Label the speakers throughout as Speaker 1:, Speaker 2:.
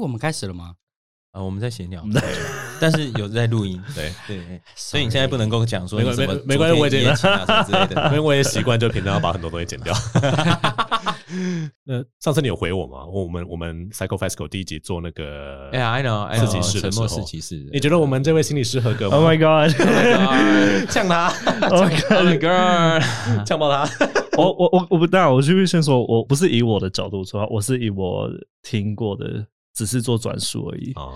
Speaker 1: 我们开始了吗？
Speaker 2: 啊，我们在闲聊，对但是有在录音，
Speaker 3: 嗯对
Speaker 2: 对，所以你现在不能够讲说
Speaker 3: 没
Speaker 2: 你
Speaker 3: 关
Speaker 2: 什么
Speaker 3: 没没关
Speaker 2: 昨
Speaker 3: 系
Speaker 2: 天
Speaker 3: 我也
Speaker 2: 夜情啊什么之类
Speaker 3: 因为
Speaker 2: 的。
Speaker 3: 我也习惯，就平常要把很多东西剪掉。 那上次你有回我吗？我们我们 Psycho Fasco 第一集做那个，
Speaker 2: 哎呀，I know，I
Speaker 3: 自己
Speaker 2: know，
Speaker 3: 试的
Speaker 2: 沉
Speaker 3: 时
Speaker 2: 默
Speaker 3: 候
Speaker 2: 是骑士，
Speaker 3: 你觉得我们这位心理师合格吗
Speaker 4: Oh my god！
Speaker 3: 呛他，
Speaker 4: Oh my
Speaker 2: ？Oh my god！
Speaker 3: 呛爆他！
Speaker 4: 我我我我不当然，我是不是先说，我不是以我的角度出发，我是以我听过的，只是做转述而已。
Speaker 3: 哦，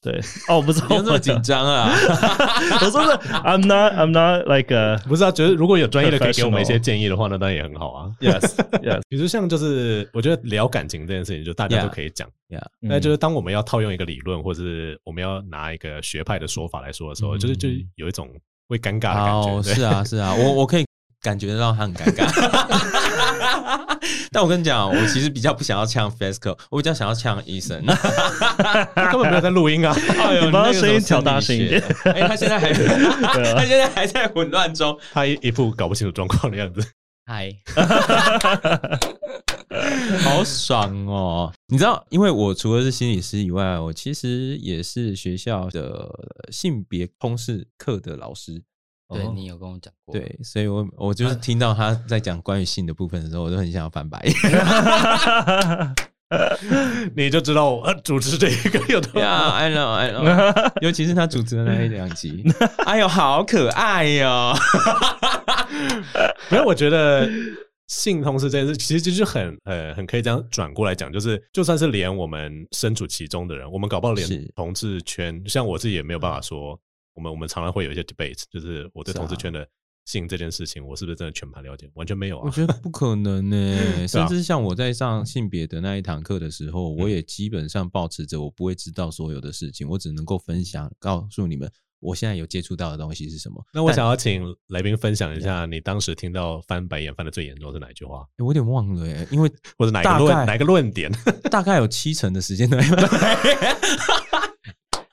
Speaker 4: 对，哦，我不知道
Speaker 2: 不要那么
Speaker 4: 我
Speaker 2: 紧
Speaker 4: 讲，
Speaker 2: 张啊！
Speaker 4: 我说的，I'm not I'm not like a
Speaker 3: 不是啊，觉得如果有专业的可以给
Speaker 4: Professional
Speaker 3: 我们一些建议的话，那当然也很好啊。
Speaker 4: yes yes，
Speaker 3: 比如像就是，我觉得聊感情这件事情，就大家
Speaker 2: Yeah 嗯
Speaker 3: 都可以讲。那
Speaker 4: 那
Speaker 3: 就
Speaker 4: 就是
Speaker 3: 当我们要套用一个理论，或是我们要拿一个学派的说法来说的时候，
Speaker 2: 嗯
Speaker 3: 就是就是有一种会尴尬
Speaker 2: 好，
Speaker 3: 的感觉。
Speaker 2: 是啊，是啊，我我可以感觉得到他很尴尬。 但我跟你讲，我其实比较不想要呛 Fesco，我比较想要呛医 生。
Speaker 3: 对， 他根本没有在录音啊。
Speaker 2: 哎 呦，
Speaker 4: 你把他
Speaker 2: 那个
Speaker 4: 声音
Speaker 2: 什么
Speaker 4: 调大
Speaker 2: 生
Speaker 4: 声
Speaker 2: 理
Speaker 4: 一点
Speaker 2: 学的。哎，他现在还，
Speaker 4: 啊
Speaker 2: 他现在还在混乱中。
Speaker 3: 他一一副搞不清楚状况的样子。
Speaker 1: 嗨，
Speaker 2: 好爽哦！你知道，因为我除了是心理师以外，我其实也是学校的性别通识课的老师。
Speaker 1: 对
Speaker 2: 哦
Speaker 1: 你有跟我讲过，，
Speaker 2: 对，所以我我就是听到他在讲关于性的部分的时候，我就很想要翻白眼。
Speaker 3: 你就知道我呃主持这一个 有多
Speaker 2: Yeah，I know，I know。尤其是他主持的那一两集，哎呦，好可爱哟、
Speaker 3: 没有，我觉得性同事这件事，其实就是很呃很可以这样转过来讲，就是就算是连我们身处其中的人，我们搞不好连
Speaker 2: 是
Speaker 3: 同志圈，像我自己也没有办法说，我们我们常常会有一些 debate，就是我对
Speaker 2: 是啊
Speaker 3: 同志圈的性这件事情，我是不是真的全盘了解？完全没有
Speaker 2: 我
Speaker 3: 啊。
Speaker 2: 觉得不可能 呢、甚至像我在上性别的那一堂课的时候，我
Speaker 3: 嗯
Speaker 2: 也基本上保持着我不会知道所有的事情，我只能够分享，告诉你们我现在有接触到的东西是什么。
Speaker 3: 那我想要请来宾分享一下，你当时听到翻白眼翻的最严重是哪一句话，
Speaker 2: 诶我有点忘了、欸，因为
Speaker 3: 或者哪一个
Speaker 2: 大概
Speaker 3: 论哪一个论 点？
Speaker 2: 大概有七成的时间都在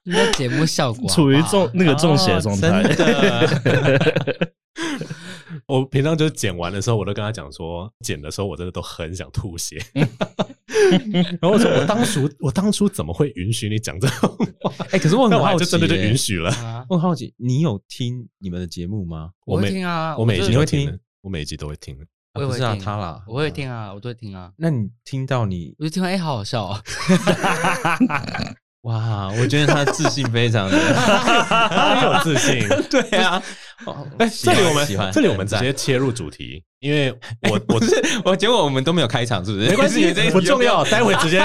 Speaker 1: 那节目效 果好不好
Speaker 4: 处于重那个中邪状态。
Speaker 2: 真的
Speaker 3: 我平常就是剪完的时候，我都跟他讲说，剪的时候我真的都很想吐血。
Speaker 2: 嗯
Speaker 3: 然后我说，我当初我当初怎么会允许你讲这种话？
Speaker 2: 哎、可是我
Speaker 3: 那
Speaker 2: 很
Speaker 3: 我
Speaker 2: 好
Speaker 3: 还
Speaker 2: 奇、
Speaker 3: 就真的就允
Speaker 2: 许。
Speaker 3: 许了。
Speaker 1: 啊，
Speaker 2: 我很好奇，你有听你们的节目吗？
Speaker 1: 我
Speaker 3: 每
Speaker 1: 会听啊，
Speaker 3: 我每一
Speaker 1: 就
Speaker 3: 集都会
Speaker 2: 你
Speaker 3: 听
Speaker 2: 会
Speaker 3: 的，我每一集都会听的。
Speaker 2: 啊
Speaker 1: 我也
Speaker 2: 不
Speaker 1: 会
Speaker 2: 是啊，
Speaker 1: 听
Speaker 2: 他啦，
Speaker 1: 我会听啊，我都会听啊，
Speaker 2: 那你听到你
Speaker 1: 我就听完，哎，好好笑哦，
Speaker 2: 哇，我觉得他自信非常 的，
Speaker 3: 他有自信。
Speaker 2: 对啊，
Speaker 3: 哎，
Speaker 2: 喜
Speaker 3: 这
Speaker 2: 欢
Speaker 3: 里我
Speaker 2: 喜欢
Speaker 3: 们这里我们
Speaker 2: 很
Speaker 3: 直
Speaker 2: 赞
Speaker 3: 接切入主题，因为 我我
Speaker 2: 不是我，结果我们都没有开场，是不是？
Speaker 3: 没 关系
Speaker 2: 你这一，集
Speaker 3: 不重要，待会直 接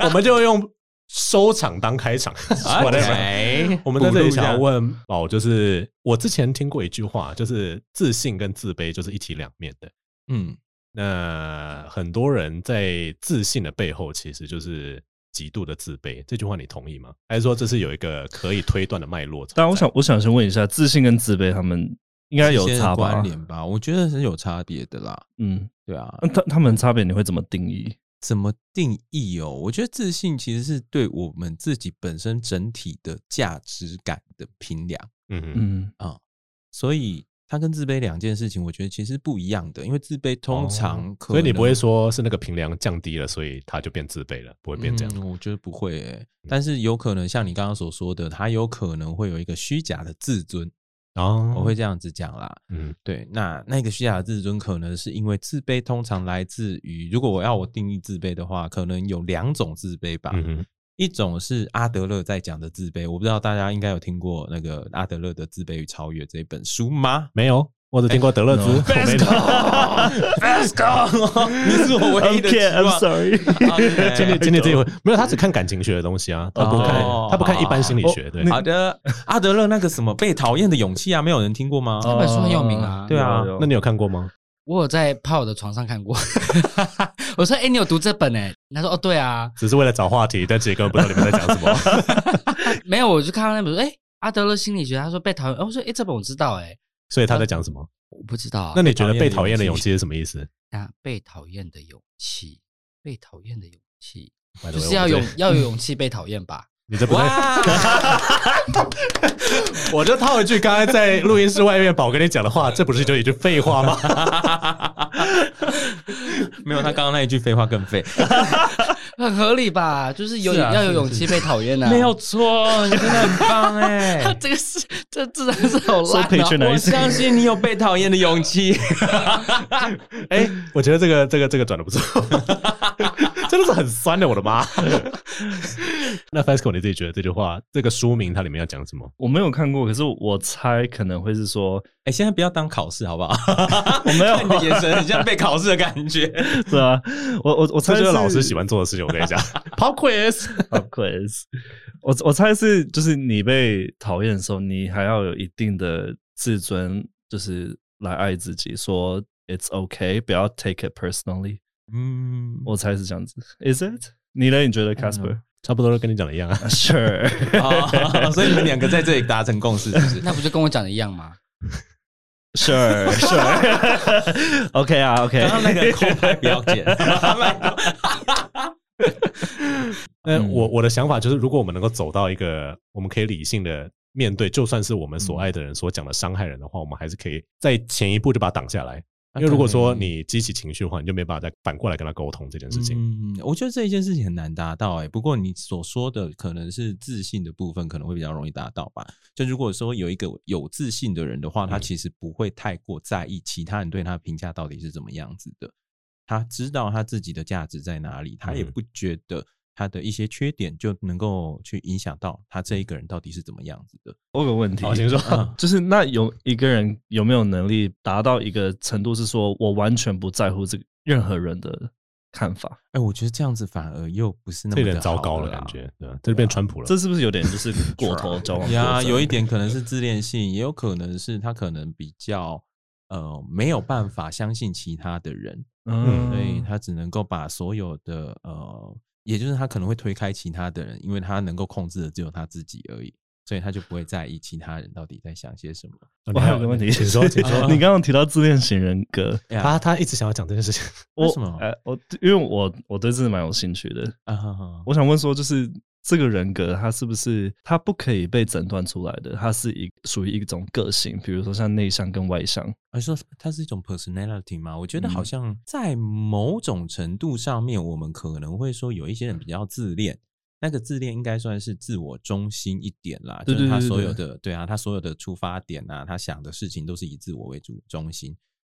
Speaker 3: 我们就用收场当开场。
Speaker 2: 啊
Speaker 3: whatever
Speaker 2: 来
Speaker 3: 哎我们在这里想
Speaker 2: 补
Speaker 3: 要，
Speaker 2: 录一下
Speaker 3: 问宝，就是我之前听过一句话，就是自信跟自卑就是一体两面的。
Speaker 2: 嗯，
Speaker 3: 那很多人在自信的背后，其实就是极度的自卑。这句话你同意吗？还是说这是有一个可以推断的脉络存在？
Speaker 4: 但我想，我想先问一下，自信跟自卑他们应该有
Speaker 2: 之间的
Speaker 4: 差吧
Speaker 2: 关？联吧？我觉得是有差别的啦，
Speaker 4: 嗯，
Speaker 2: 对啊。
Speaker 3: 哦
Speaker 4: 那他他们差别你会怎么定义？
Speaker 2: 怎么定义哦？我觉得自信其实是对我们自己本身整体的价值感的评量。
Speaker 3: 嗯哼，
Speaker 4: 嗯
Speaker 2: 啊、所以它跟自卑两件事情，我觉得其实不一样的，因为自卑通常
Speaker 3: 哦
Speaker 2: 可能、
Speaker 3: 所以你不会说是那个平量降低了，所以他就变自卑了，不会变这样。
Speaker 2: 嗯我觉得不会、欸，但是有可能像你刚刚所说的，他有可能会有一个虚假的自尊，
Speaker 3: 哦
Speaker 2: 我会这样子讲啦。
Speaker 3: 嗯
Speaker 2: 对，那那个虚假的自尊，可能是因为自卑通常来自于，如果我要我定义自卑的话，可能有两种自卑吧。
Speaker 3: 嗯哼
Speaker 2: 一种是阿德勒在讲的自卑，我不知道大家应该有听过那个阿德勒的《自卑与超越》这一本书 吗？
Speaker 3: 没有，我只听过德勒兹，我
Speaker 2: 哎
Speaker 3: 没听过。
Speaker 2: Fesco，你 是我唯一 的
Speaker 4: Okay,
Speaker 2: 希
Speaker 4: I'm
Speaker 2: 望。
Speaker 4: sorry。
Speaker 2: 啊 对
Speaker 3: 今天今天这一回没有，他只看感情学的东西啊，他不看、
Speaker 2: 哦
Speaker 3: 他不看一般心理学，对。
Speaker 1: 啊
Speaker 2: 好的，阿德勒那个什么被讨厌的勇气啊，没有人听过吗？
Speaker 1: 那本书很有名啊
Speaker 2: 对啊
Speaker 3: 那你有看过吗？
Speaker 1: 我有在泡我的床上看过， 我说，哎，你有读这本哎？他说，哦，对啊，
Speaker 3: 只是为了找话题，但其实根本不知道你们在讲什 么。
Speaker 1: 没有，我就看到那本书，哎，阿德勒心理学，他说被讨厌，哦我说，哎，这本我知道，哎，
Speaker 3: 所以他在讲什么？
Speaker 1: 我不知道啊，
Speaker 3: 那你觉得被讨厌的勇气是什么意思？
Speaker 1: 啊，被讨厌的勇气，被讨厌的勇气，
Speaker 3: By the
Speaker 1: 就
Speaker 3: way，
Speaker 1: 是要
Speaker 3: 我
Speaker 1: 有
Speaker 3: 不对
Speaker 1: 要有勇气被讨厌吧？
Speaker 3: 你这不对。
Speaker 2: 哇，
Speaker 3: 我就套一句刚才在录音室外面宝跟你讲的话，这不是就一句废话吗？
Speaker 2: 没有，他刚刚那一句废话更废。
Speaker 1: 很合理吧？就是有
Speaker 2: 是啊
Speaker 1: 要有
Speaker 2: 是
Speaker 1: 勇
Speaker 2: 是
Speaker 1: 气被讨厌啊。
Speaker 2: 没有错，你真的很棒哎、
Speaker 1: 这个是这自然是好
Speaker 4: 说
Speaker 1: 烂
Speaker 4: 配券
Speaker 1: 哦。
Speaker 4: 哪
Speaker 2: 我
Speaker 4: 一次？
Speaker 2: 相信你有被讨厌的勇气。
Speaker 3: 哎、我觉得这个这个这个转的不错， 真的是很酸的，我的 妈！那 Fasco 你自己觉得这句话，这个书名它里面要讲什么？
Speaker 4: 我没有看过，可是我猜可能会是说，
Speaker 2: 哎、现在不要当考试好不 好？
Speaker 4: 我没有
Speaker 2: 看你的眼神很像被考试的感觉。
Speaker 4: 对啊，我我我
Speaker 3: 这
Speaker 4: 猜
Speaker 3: 就是是老师喜欢做的事情。我跟你讲，Pop Quiz，
Speaker 4: Of course，我我猜是就是你被讨厌的时候，你还要有一定的自尊，就是来爱自己，说 It's okay，不要 take it personally。
Speaker 2: 嗯，
Speaker 4: 我猜是这样子，Is it？你呢？你觉得 Casper？Sure，
Speaker 3: 差不多跟你讲的一样啊。
Speaker 2: 哦 所以你们两个在这里达成共识，是不是？
Speaker 1: 那不就跟我讲的一样吗？
Speaker 4: Sure Sure OK 啊，OK
Speaker 2: 刚。刚那个空拍不要剪，
Speaker 3: 那
Speaker 4: 嗯
Speaker 3: 我我的想法就是，如果我们能够走到一个我们可以理性的面对，就算是我们所爱的人所讲的伤害人的话，我们还是可以在前一步就把它挡下来。 因为如果说你激起情绪的话，你就没办法再反过来跟他沟通这件事情。
Speaker 2: 嗯，我觉得这一件事情很难达到哎、不过你所说的可能是自信的部分，可能会比较容易达到吧。就如果说有一个有自信的人的话，他
Speaker 3: 嗯
Speaker 2: 其实不会太过在意其他人对他的评价到底是怎么样子的。他知道他自己的价值在哪里，他也
Speaker 3: 嗯
Speaker 2: 不觉得他的一些缺点就能够去影响到他这
Speaker 3: 嗯
Speaker 2: 一个人到底是怎么样子的。
Speaker 4: 我有个问题，啊
Speaker 3: 好，请说。
Speaker 4: 就是那有一个人有没有能力达到一个程度，是说我完全不在乎这个任何人的看法？
Speaker 2: 哎、我觉得这样子反而又不是那
Speaker 3: 这
Speaker 2: 么
Speaker 3: 有点
Speaker 2: 的
Speaker 3: 糟
Speaker 2: 好
Speaker 3: 糕
Speaker 2: 了
Speaker 3: 了，
Speaker 2: 啦
Speaker 3: 感觉对吧？啊这就变川普了。
Speaker 4: 这是不是有点就是 过头交往？
Speaker 2: 呀，有一点可能是自恋性，也有可能是他可能比较呃没有办法相信其他的人，
Speaker 4: 嗯，
Speaker 2: 所以他只能够把所有的呃，也就是他可能会推开其他的人，因为他能够控制的只有他自己而已，所以他就不会在意其他人到底在想些什么。
Speaker 3: 哦
Speaker 4: 我哦还有个问题，
Speaker 3: 请 说，请说。
Speaker 4: 你刚刚提到自恋型人格，
Speaker 2: 哎呀
Speaker 3: 他他一直想要讲这件事情。
Speaker 4: 我
Speaker 2: 为什么
Speaker 4: 呃，我因为我我对这个蛮有兴趣的，
Speaker 2: 啊哈哈，
Speaker 4: 我想问说，就是这个人格，他是不是他不可以被诊断出来的？他是一属于一种个性，比如说像内向跟外向。
Speaker 2: 而呃说它是一种 personality 嘛？我觉得
Speaker 4: 嗯
Speaker 2: 好像在某种程度上面，我们可能会说有一些人比较自恋，那个自恋应该算是自我中心一点啦，
Speaker 4: 对
Speaker 2: 就是他
Speaker 4: 对对
Speaker 2: 所
Speaker 4: 对
Speaker 2: 有的对啊，他所有的出发点啊，他想的事情都是以自我为主中心。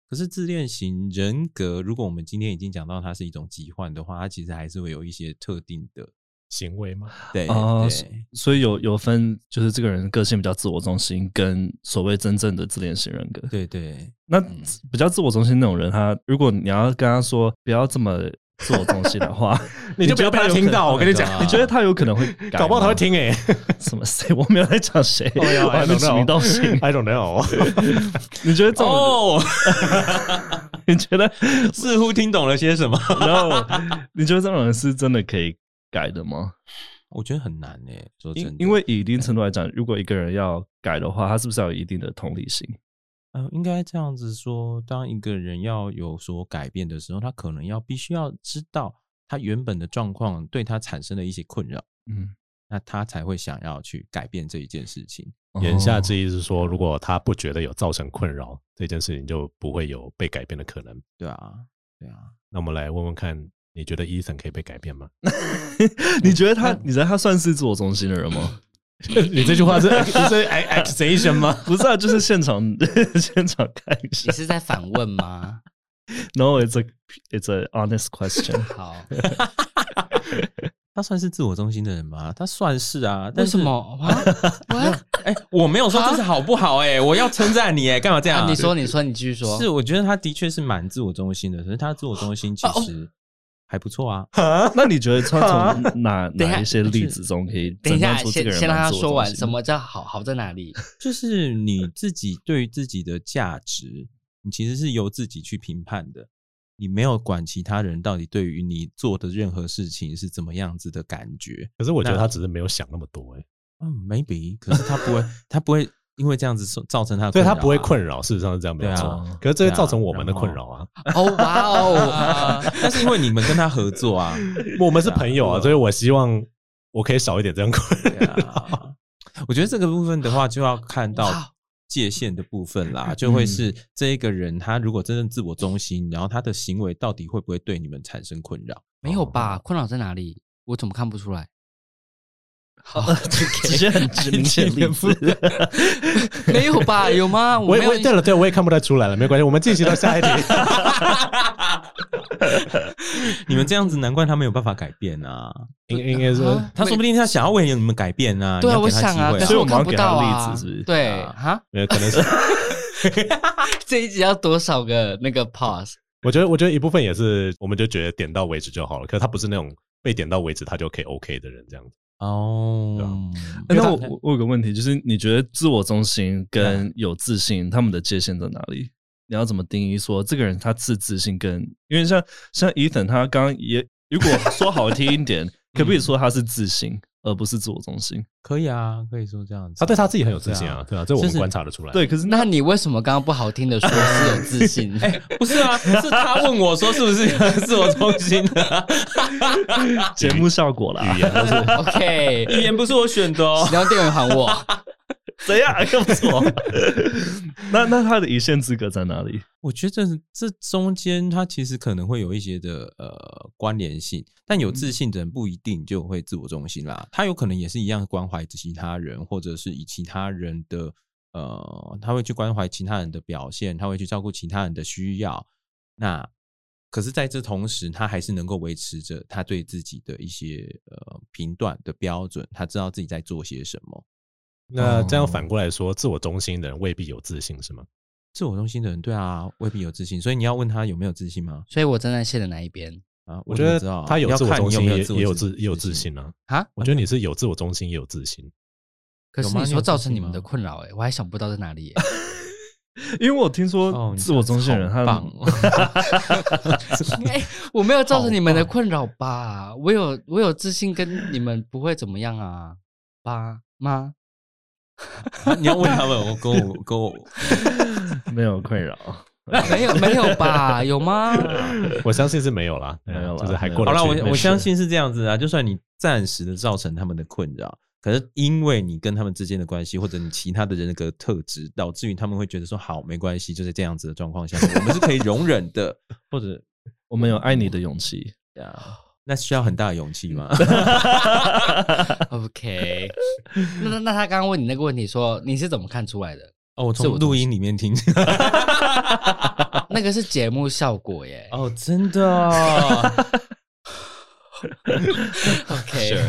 Speaker 2: 可是自恋型人格，如果我们今天已经讲到它是一种疾患的话，它其实还是会有一些特定的，
Speaker 3: 行为吗？
Speaker 2: 对、
Speaker 4: 哦
Speaker 2: 对，
Speaker 4: 所以有有分，就是这个人个性比较自我中心，跟所谓真正的自恋型人格。
Speaker 2: 对嗯对，
Speaker 4: 那比较自我中心那种人，他如果你要跟他说不要这么自我中心的话，
Speaker 3: 你就不要被他听到，我跟你讲，
Speaker 2: 啊
Speaker 4: 你觉得他有可能会改吗？
Speaker 3: 搞不好他会听欸诶。
Speaker 4: 什么谁？我没有在讲谁，
Speaker 3: 哎呀
Speaker 4: 我还没指名道姓。
Speaker 3: I don't know。
Speaker 4: 你觉得 这种人
Speaker 2: 哦，
Speaker 4: 你觉得
Speaker 2: 似乎听懂了些什么。
Speaker 4: no？你觉得这种人是真的可以改的吗？
Speaker 2: 我觉得很难诶、说真
Speaker 4: 因
Speaker 2: 的，
Speaker 4: 因为以一定程度来讲，如果一个人要改的话，他是不是要有一定的同理心？
Speaker 2: 呃，应该这样子说，当一个人要有所改变的时候，他可能要必须要知道他原本的状况对他产生了一些困扰，
Speaker 4: 嗯，
Speaker 2: 那他才会想要去改变这一件事情。
Speaker 3: 言下
Speaker 4: 之
Speaker 3: 之意是说，如果他不觉得有造成困扰，这件事情就不会有被改变的可能。
Speaker 2: 对啊，对啊，
Speaker 3: 那我们来问问看，你觉得伊森可以被改变吗？
Speaker 4: 你觉得他，你觉得他算是自我中心的人吗？
Speaker 3: 你这句话 是你是 accusation 吗？
Speaker 4: 不是啊，就是现场 现场看一下
Speaker 1: 你。是在反问吗？。
Speaker 4: No, it's a it's a honest question
Speaker 1: 好，
Speaker 2: 他算是自我中心的人吗？他算是啊，
Speaker 1: 为
Speaker 2: 但是
Speaker 1: 什么？啊？我
Speaker 2: 哎、 我没有说这是好不好哎、我要称赞你哎、干嘛这样、
Speaker 1: 啊，你说，你说，你继续说。哦
Speaker 2: 是，我觉得他的确是蛮自我中心的，可是他自我中心其实还不错啊。
Speaker 4: 那你觉得他从哪
Speaker 1: 等一下
Speaker 4: 哪一些例子中可以
Speaker 1: 等一
Speaker 4: 诊
Speaker 1: 下，
Speaker 4: 断出这
Speaker 1: 先
Speaker 4: 个人
Speaker 1: 先让
Speaker 4: 蛮
Speaker 1: 他
Speaker 4: 自我
Speaker 1: 说完，
Speaker 4: 中心
Speaker 1: 什么叫好好在哪里？
Speaker 2: 就是你自己对于自己的价值，你其实是由自己去评判的，你没有管其他人到底对于你做的任何事情是怎么样子的感觉。
Speaker 3: 可是我觉得他只是没有想那么多、欸，
Speaker 2: 嗯，maybe，可是他不会，他不会因为这样子受造成他的
Speaker 3: 所
Speaker 2: 困
Speaker 3: 以
Speaker 2: 扰啊、
Speaker 3: 他不会困扰。事实上是这样，没有
Speaker 2: 对
Speaker 3: 错。
Speaker 2: 啊
Speaker 3: 可是这
Speaker 2: 对
Speaker 3: 会
Speaker 2: 啊
Speaker 3: 造成我们的
Speaker 2: 然后
Speaker 3: 困扰啊！
Speaker 1: 哦，哇
Speaker 2: 啊
Speaker 1: 哦，，
Speaker 2: 但是因为你们跟他合作 啊，
Speaker 3: 我们是朋友啊，
Speaker 2: 对啊
Speaker 3: 所以我希望我可以少一点这样困
Speaker 2: 对啊，我觉得这个部分的话，就要看
Speaker 1: 哇
Speaker 3: 哦
Speaker 2: 到界限的部分啦，
Speaker 3: 嗯
Speaker 2: 就会是这一个人他如果真正自我中心，然后他的行为到底会不会对你们产生困扰？
Speaker 1: 没有吧？困扰在哪里？我怎么看不出来？
Speaker 4: 好，其实很直明显例子。
Speaker 1: 没有吧？有吗？
Speaker 3: 我
Speaker 1: 我没
Speaker 3: 也
Speaker 1: 有
Speaker 3: 我也对了，对了，我也看不太出来了，没关系，我们进行到下一 题。
Speaker 2: 你们这样子，难怪他没有办法改变啊！
Speaker 3: 应应该是
Speaker 1: 啊
Speaker 2: 他说不定他想要为你们改变啊！
Speaker 1: 对
Speaker 2: 你
Speaker 1: 啊，
Speaker 2: 要
Speaker 1: 我
Speaker 2: 给他
Speaker 1: 想啊，
Speaker 2: 机会
Speaker 1: 但
Speaker 4: 所
Speaker 1: 是
Speaker 4: 以
Speaker 1: 我
Speaker 4: 我们
Speaker 1: 看
Speaker 4: 要
Speaker 1: 不
Speaker 4: 给他
Speaker 1: 到
Speaker 4: 例
Speaker 1: 啊
Speaker 4: 子是不是，
Speaker 1: 对
Speaker 2: 啊
Speaker 1: 哈，
Speaker 3: 呃，可能是
Speaker 1: 这一集要多少个那个 pause？
Speaker 3: 我觉得，我觉得一部分也是，我们就觉得点到为止就好了。可是他不是那种被点到为止他就可以 OK 的人，这样子。
Speaker 2: 哦，
Speaker 4: 哎 那我 我我有个问题，就是你觉得自我中心跟有自信，他们的界限在哪里？你要怎么定义说这个人他自自信跟？因为像像 Ethan，他刚刚也如果说好听一 点，可不可以说他是自信，而不是自我中心？
Speaker 1: 嗯
Speaker 2: 可以啊，可以说这样子。
Speaker 3: 他对他自己很有自信啊，
Speaker 2: 对啊
Speaker 3: 对啊，这我们
Speaker 2: 就是
Speaker 3: 观察得出来。
Speaker 4: 对，可是那
Speaker 1: 那你为什么刚刚不好听的说是有自 信？
Speaker 2: 不是啊，是他问我说是不是自我中心啊 的，
Speaker 4: 节目效果啦
Speaker 3: 语，言都是
Speaker 1: OK，
Speaker 2: 语言不是我选的哦
Speaker 1: 你。要店员喊我，
Speaker 4: 怎样又不错？ 那那他的一线资格在哪里？
Speaker 2: 我觉得这中间它其实可能会有一些的呃关联性，但有自信的人不一定就会自我中心啦，他有可能也是一样关怀其他人，或者是以其他人的呃，他会去关怀其他人的表现，他会去照顾其他人的需要。那可是在这同时，他还是能够维持着他对自己的一些呃评断的标准，他知道自己在做些什么。
Speaker 3: 那这样反过来说，自我中心的人未必有自信，是吗？
Speaker 2: 自我中心的人，对啊，未必有自信，所以你要问他有没有自信吗？
Speaker 1: 所以我站在线的那一边
Speaker 2: 啊，
Speaker 3: 我
Speaker 2: 怎
Speaker 3: 觉
Speaker 2: 么
Speaker 3: 得
Speaker 2: 知道啊
Speaker 3: 他有
Speaker 2: 要
Speaker 3: 自我
Speaker 2: 看
Speaker 3: 中
Speaker 2: 你有
Speaker 3: 心，
Speaker 2: 没
Speaker 3: 也
Speaker 2: 有
Speaker 3: 也有自也有自信啊。
Speaker 1: 啊。
Speaker 3: 我觉得你是有自我中心，也有自信。
Speaker 1: 可
Speaker 2: 有
Speaker 1: 是
Speaker 2: 吗
Speaker 1: 你
Speaker 2: 你
Speaker 1: 说
Speaker 2: 有
Speaker 1: 造
Speaker 2: 自
Speaker 1: 成
Speaker 2: 信
Speaker 1: 你们的
Speaker 2: 吗
Speaker 1: 困扰，哎，我还想不到在哪 里耶。
Speaker 4: 因为我听
Speaker 2: 哦
Speaker 4: 说
Speaker 2: 你
Speaker 4: 自我中心的人，
Speaker 2: 好
Speaker 4: 他
Speaker 2: 棒哦
Speaker 1: 哎，我没有造成你们的困扰吧？我有，我有自信，跟你们不会怎么样啊？吧吗？
Speaker 2: 哦 你要问他们，我跟我跟 我，
Speaker 4: 没有困扰。
Speaker 1: 没有，没有 吧？有吗？
Speaker 3: 我相信是没有啦，
Speaker 4: 没有啦
Speaker 3: 就是还
Speaker 4: 没有
Speaker 3: 过
Speaker 2: 好
Speaker 3: 得
Speaker 2: 了，
Speaker 3: 去
Speaker 2: 我我相信是这样子啊。就算你暂时的造成他们的困扰，可是因为你跟他们之间的关系，或者你其他的人格特质，导致于他们会觉得说，好，没关系，就是这样子的状况下，我们是可以容忍的，或者
Speaker 4: 我们有爱你的勇气。
Speaker 2: 啊，那需要很大的勇气吗？
Speaker 4: 呃
Speaker 1: OK，那那那他刚刚问你那个问题说，你是怎么看出来的？
Speaker 2: 哦，我
Speaker 1: 自
Speaker 2: 从
Speaker 1: 我中
Speaker 2: 录
Speaker 1: 心
Speaker 2: 音里面听。
Speaker 1: 那个是节目效果耶。
Speaker 2: 哦，真的、 哦。
Speaker 1: OK，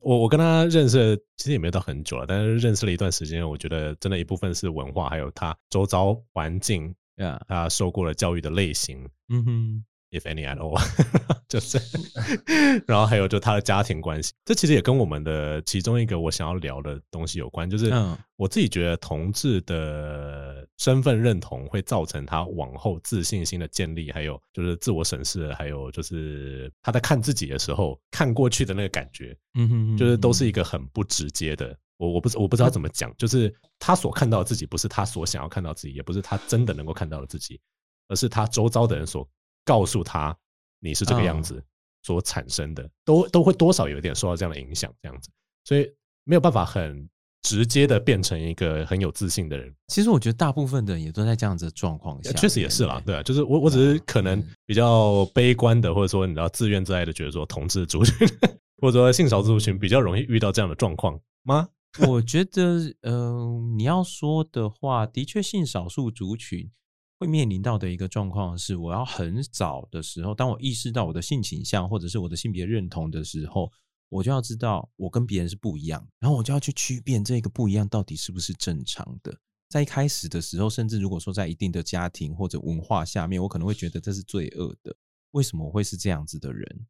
Speaker 3: 我我跟他认识的其实也没有到很久了，但是认识了一段时间，我觉得真的一部分是文化，还有他周遭环境，
Speaker 2: 对啊，
Speaker 3: 他受过的教育的类型
Speaker 2: 嗯哼，
Speaker 3: ，if any at all，就是，然后还有就他的家庭关系，这其实也跟我们的其中一个我想要聊的东西有关，就是
Speaker 2: 嗯
Speaker 3: 我自己觉得同志的身份认同会造成他往后自信心的建立，还有就是自我审视，还有就是他在看自己的时候看过去的那个感觉，
Speaker 2: 嗯哼，
Speaker 3: 就是都是一个很不直接的。我我不知我不知道怎么讲，就是他所看到的自己，不是他所想要看到的自己，也不是他真的能够看到的自己，而是他周遭的人所告诉他你是这个
Speaker 2: 嗯
Speaker 3: 样子所产生的，都都会多少有一点受到这样的影响，这样子，所以没有办法很直接的变成一个很有自信的人，
Speaker 2: 其实我觉得大部分的人也都在这样子的状况下，
Speaker 3: 确实也是啦，
Speaker 2: 对
Speaker 3: 对啊，就是我我只是可能
Speaker 2: 嗯
Speaker 3: 比较悲观的，或者说你知道自怨自艾的，觉得说同志族群 或者说性少数族群比较容易遇到这样的状况吗？
Speaker 2: 不对。我觉得，呃，你要说的话，的确，性少数族群会面临到的一个状况是，我要很早的时候，当我意识到我的性倾向或者是我的性别认同的时候，我就要知道我跟别人是不一样，然后我就要去区辨这个不一样到底是不是正常的。在一开始的时候，甚至如果说在一定的家庭或者文化下面，我可能会觉得这是罪恶的。为什么我会是这样子的人？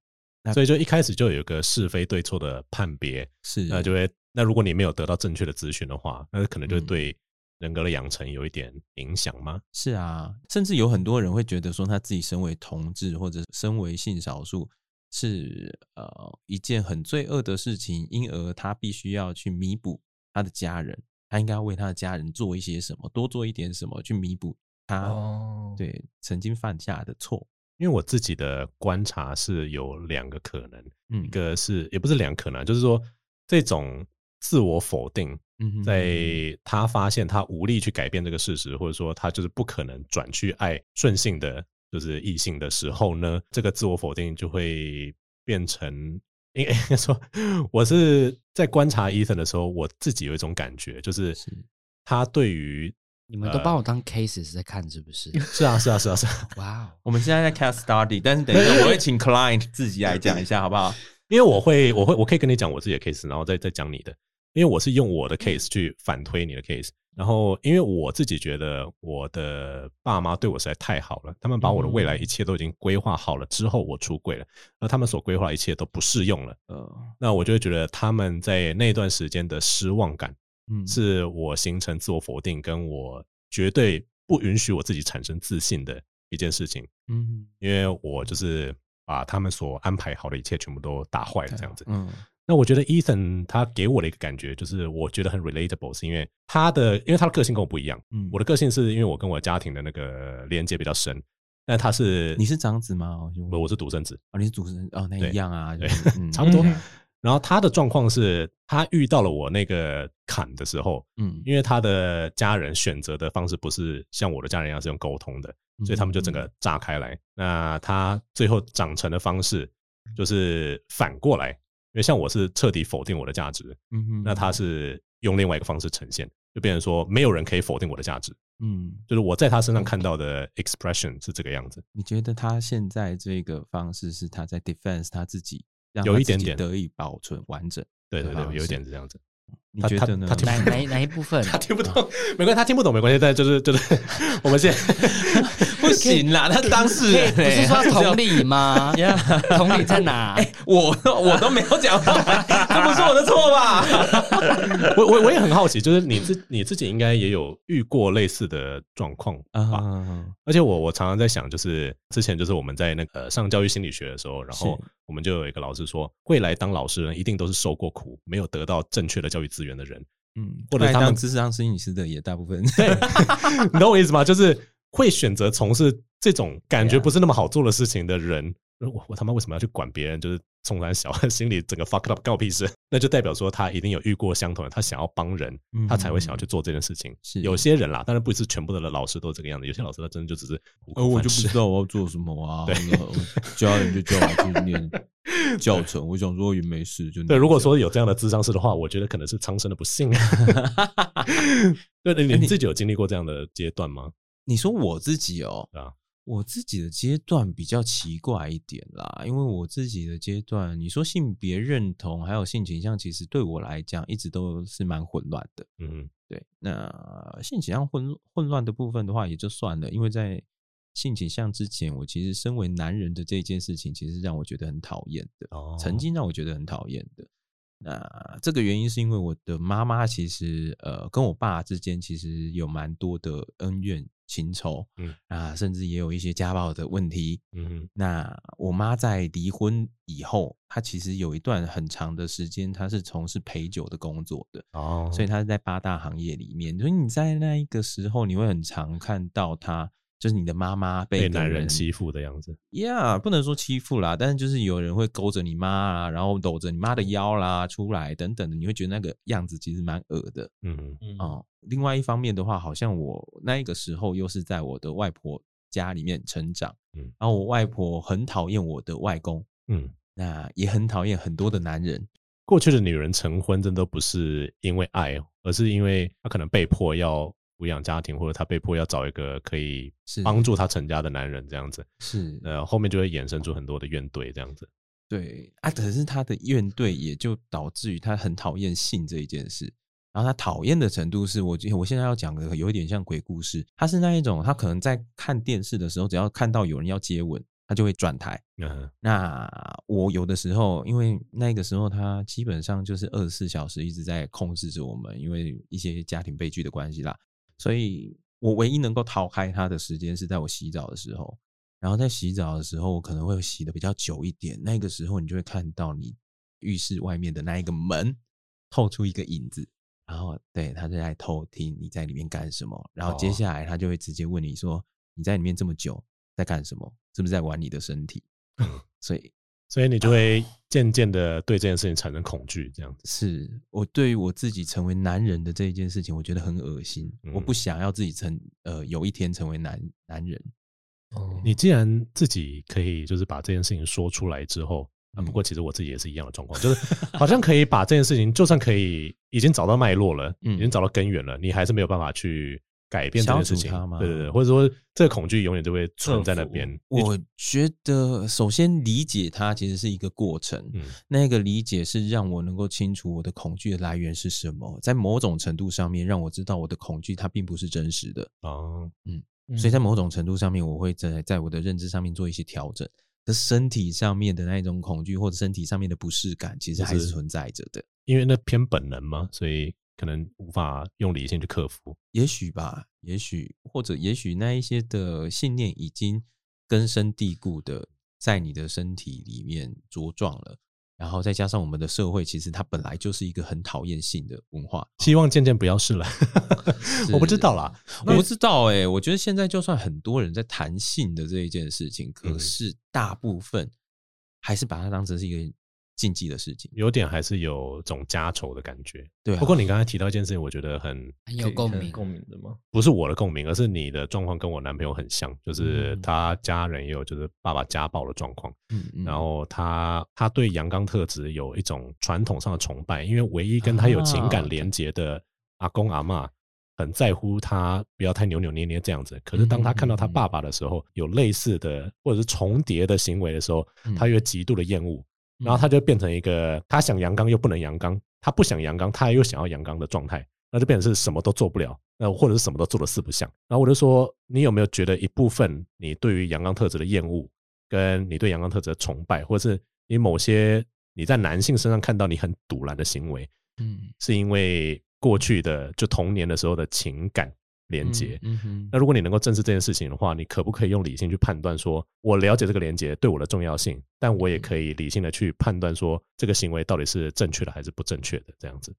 Speaker 3: 所以就一开始就有一个是非对错的判别，
Speaker 2: 是，
Speaker 3: 那呃就会那如果你没有得到正确的资讯的话，那可能就
Speaker 2: 嗯
Speaker 3: 对人格的养成有一点影响吗？
Speaker 2: 是啊，甚至有很多人会觉得说，他自己身为同志或者身为性少数是呃一件很罪恶的事情，因而他必须要去弥补他的家人，他应该要为他的家人做一些什么，多做一点什么去弥补他、
Speaker 4: 哦，
Speaker 2: 对曾经犯下的错。
Speaker 3: 因为我自己的观察是有两个可能，
Speaker 2: 嗯，
Speaker 3: 一个是也不是两个可能，啊就是说这种自我否定，
Speaker 2: 嗯哼
Speaker 3: 在他发现他无力去改变这个事实，或者说他就是不可能转去爱顺性的就是异性的时候呢，这个自我否定就会变成。应该说，我是在观察 Ethan 的时候，我自己有一种感觉，就是
Speaker 2: 是
Speaker 3: 他对于
Speaker 1: 你们都把我
Speaker 3: 呃
Speaker 1: 当 cases 在看，是不 是？
Speaker 3: 是啊是啊是啊是啊，
Speaker 1: 哇 哦！
Speaker 2: 我们现在在 cast study，但是等一下我会请 client 自己来讲一下，好不好？
Speaker 3: 因为我会，我会，我可以跟你讲我自己的 case，然后再再讲你的，因为我是用我的 case 去反推你的 case，然后因为我自己觉得我的爸妈对我实在太好了，他们把我的未来一切都已经规划好了之后，我出柜了，而他们所规划的一切都不适用了，
Speaker 2: 呃，
Speaker 3: 那我就会觉得他们在那段时间的失望感，
Speaker 2: 嗯，
Speaker 3: 是我形成自我否定，跟我绝对不允许我自己产生自信的一件事情，
Speaker 2: 嗯，
Speaker 3: 因为我就是把他们所安排好的一切全部都打坏 了，这样子，
Speaker 2: 嗯，
Speaker 3: 那我觉得 Ethan 他给我的一个感觉就是，我觉得很 relatable，是因为他的，因为他的个性跟我不一样。
Speaker 2: 嗯，
Speaker 3: 我的个性是因为我跟我家庭的那个连接比较深，但他是
Speaker 2: 你是长子吗？我
Speaker 3: 我我是独生子，
Speaker 2: 哦，你是主持人哦，那
Speaker 3: 对
Speaker 2: 一样啊，
Speaker 3: 对
Speaker 2: 就是嗯
Speaker 3: 差不多
Speaker 2: 嗯
Speaker 3: 然后他的状况是，他遇到了我那个坎的时候，
Speaker 2: 嗯，
Speaker 3: 因为他的家人选择的方式不是像我的家人一样是用沟通的，
Speaker 2: 嗯
Speaker 3: 所以他们就整个炸开来。那他最后长成的方式就是反过来，因为像我是彻底否定我的价值，
Speaker 2: 嗯，嗯哼
Speaker 3: 那他是用另外一个方式呈现，就变成说没有人可以否定我的价值，
Speaker 2: 嗯，
Speaker 3: 就是我在他身上看到的 expression 是这个样子。
Speaker 2: 你觉得他现在这个方式是他在 defense 他自己，让他
Speaker 3: 有一点
Speaker 2: 自己
Speaker 3: 点
Speaker 2: 得以保存完整？
Speaker 3: 对对对
Speaker 2: 啊，
Speaker 3: 有一点是这样子。
Speaker 2: 你
Speaker 3: 他
Speaker 2: 觉
Speaker 3: 他
Speaker 2: 得呢？
Speaker 3: 他听
Speaker 1: 哪
Speaker 3: 不
Speaker 1: 哪哪一部分？
Speaker 3: 他听不懂，没关系，他听不懂没关系，但就是就是 我们现在
Speaker 2: 不行啦，他当事人
Speaker 1: 不是
Speaker 2: 欸
Speaker 1: 说
Speaker 2: 他
Speaker 1: 同理 吗？同理在哪？
Speaker 3: 哎
Speaker 2: 我 我都没有讲话，这不是我的错吧？
Speaker 3: 我我我也很好奇，就是你自你自己应该也有遇过类似的状况吧？
Speaker 2: 啊，
Speaker 3: 而且我我常常在想，就是之前就是我们在那个、呃上教育心理学的时候，然后
Speaker 2: 是
Speaker 3: 我们就有一个老师说，未来当老师的人一定都是受过苦，没有得到正确的教育资源的人。
Speaker 2: 嗯，
Speaker 3: 或者
Speaker 2: 麦
Speaker 3: 他
Speaker 2: 当
Speaker 3: 们
Speaker 2: 智商心理师的也大部分，
Speaker 3: 你懂我意思吗？就是会选择从事这种感觉
Speaker 2: 对啊
Speaker 3: 不是那么好做的事情的人，我我他妈为什么要去管别人？就是冲他小心里整个 fuck up 告屁事，那就代表说他一定有遇过相同的，他想要帮人，他才会想要去做这件事情。
Speaker 2: 嗯是
Speaker 3: 有些人啦，当然不是全部的老师都这个样子，有些老师他真的就只是糊
Speaker 2: 呃，
Speaker 3: 口
Speaker 2: 我
Speaker 3: 饭
Speaker 2: 就不
Speaker 3: 吃
Speaker 2: 知道我要做什么啊。家人就叫我去念 教程，我想说也没事，就
Speaker 3: 对，如果说有这样的智商师的话，我觉得可能是苍生的不幸。啊 对，你
Speaker 2: 哎
Speaker 3: 你自己有经历过这样的阶段吗？
Speaker 2: 你说我自己哦
Speaker 3: 对啊，
Speaker 2: 我自己的阶段比较奇怪一点啦，因为我自己的阶段，你说性别认同还有性倾向，其实对我来讲一直都是蛮混乱的。
Speaker 3: 嗯
Speaker 2: 对，那性倾向混混乱的部分的话，也就算了，因为在性倾向之前，我其实身为男人的这件事情，其实让我觉得很讨厌的，
Speaker 3: 哦
Speaker 2: 曾经让我觉得很讨厌的。那这个原因是因为我的妈妈其实呃跟我爸之间其实有蛮多的恩怨情仇，
Speaker 3: 嗯
Speaker 2: 啊，甚至也有一些家暴的问题，
Speaker 3: 嗯
Speaker 2: 那我妈在离婚以后，她其实有一段很长的时间，她是从事陪酒的工作的，
Speaker 3: 哦，
Speaker 2: 所以她是在八大行业里面。所以你在那一个时候，你会很常看到她，就是你的妈妈被
Speaker 3: 被
Speaker 2: 一个
Speaker 3: 男人欺负的样子。
Speaker 2: ，Yeah，不能说欺负啦，但是就是有人会勾着你妈啊，然后搂着你妈的腰啦出来等等的，你会觉得那个样子其实蛮恶的。
Speaker 3: 嗯
Speaker 2: 哦，另外一方面的话，好像我那一个时候又是在我的外婆家里面成长，
Speaker 3: 嗯
Speaker 2: 然后我外婆很讨厌我的外公，
Speaker 3: 嗯，
Speaker 2: 那也很讨厌很多的男人，
Speaker 3: 过去的女人成婚，真的不是因为爱，哦而是因为她可能被迫要抚养家庭，或者她被迫要找一个可以
Speaker 2: 是
Speaker 3: 帮助她成家的男人，这样子。
Speaker 2: 是
Speaker 3: 呃，后面就会衍生出很多的怨怼，这样子。
Speaker 2: 对啊，可是他的怨怼也就导致于他很讨厌性这一件事。然后他讨厌的程度是我我现在要讲的有一点像鬼故事，他是那一种他可能在看电视的时候，只要看到有人要接吻，他就会转台。
Speaker 3: 嗯
Speaker 2: 那我有的时候，因为那个时候他基本上就是二十四小时一直在控制着我们，因为一些家庭悲剧的关系啦，所以我唯一能够逃开他的时间是在我洗澡的时候。然后在洗澡的时候，我可能会洗的比较久一点，那个时候你就会看到你浴室外面的那一个门透出一个影子，然后对他就在偷听你在里面干什么，然后接
Speaker 3: 哦
Speaker 2: 下来他就会直接问你说你在里面这么久在干什么，是不是在玩你的身体？所以
Speaker 3: 所以你就会渐渐的对这件事情产生恐惧，这样子。
Speaker 2: 是我对于我自己成为男人的这一件事情，我觉得很恶心，我
Speaker 3: 嗯
Speaker 2: 不想要自己成呃有一天成为男男人。
Speaker 4: 哦
Speaker 3: 你既然自己可以就是把这件事情说出来之后，啊，
Speaker 2: 嗯
Speaker 3: 不过其实我自己也是一样的状况，就是好像可以把这件事情，就算可以已经找到脉络了，
Speaker 2: 嗯
Speaker 3: 已经找到根源了，你还是没有办法去改变这件事
Speaker 2: 消
Speaker 3: 情
Speaker 2: 除它吗
Speaker 3: 对对对，或者说这个恐惧永远就会存在那边。
Speaker 2: 我觉得首先理解它其实是一个过程，
Speaker 3: 嗯
Speaker 2: 那个理解是让我能够清楚我的恐惧的来源是什么，在某种程度上面让我知道我的恐惧它并不是真实的，
Speaker 3: 哦，
Speaker 4: 嗯
Speaker 2: 所以在某种程度上面，我会在在我的认知上面做一些调整。可是身体上面的那一种恐惧或者身体上面的不适感，其实还是
Speaker 3: 就是
Speaker 2: 存在着的。
Speaker 3: 因为那偏本能嘛，所以可能无法用理性去克服。
Speaker 2: 也许吧，也许或者也许那一些的信念已经根深蒂固的在你的身体里面茁壮了，然后再加上我们的社会，其实它本来就是一个很讨厌性的文化。
Speaker 3: 希望渐渐不要试了，我不知道啦。
Speaker 2: 我不知道哎、我觉得现在就算很多人在谈性的这一件事情，可
Speaker 3: 嗯
Speaker 2: 是大部分还是把它当成是一个禁忌的事情。
Speaker 3: 有点还是有种家仇的感觉。
Speaker 2: 对、啊，
Speaker 3: 不过你刚才提到一件事情，我觉得很
Speaker 1: 很哎有共鸣。
Speaker 4: 共鸣的吗？
Speaker 3: 不是我的共鸣，而是你的状况跟我男朋友很像，就是
Speaker 2: 嗯
Speaker 3: 他家人也有就是爸爸家暴的状况，
Speaker 2: 嗯，嗯
Speaker 3: 然后他他对阳刚特质有一种传统上的崇拜，因为唯一跟他有情感
Speaker 2: 啊
Speaker 3: 连结的阿公阿嬷很在乎他不要太扭扭捏捏这样子，可是当他看到
Speaker 2: 嗯嗯
Speaker 3: 他
Speaker 2: 嗯嗯
Speaker 3: 爸爸的时候，有类似的或者是重叠的行为的时候，
Speaker 2: 嗯
Speaker 3: 他又极度的厌恶，
Speaker 2: 嗯
Speaker 3: 然后他就变成一个他想阳刚又不能阳刚，他不想阳刚他又想要阳刚的状态，那就变成是什么都做不了，那或者是什么都做的四不像。然后我就说，你有没有觉得一部分你对于阳刚特质的厌恶，跟你对阳刚特质的崇拜，或者是你某些你在男性身上看到你很堵然的行为，
Speaker 2: 嗯
Speaker 3: 是因为过去的就童年的时候的情感连接？
Speaker 2: 嗯嗯
Speaker 3: 那如果你能够正视这件事情的话，你可不可以用理性去判断说，我了解这个连接对我的重要性，但我
Speaker 2: 嗯
Speaker 3: 也可以理性的去判断说，这个行为到底是正确的还是不正确的？这样子，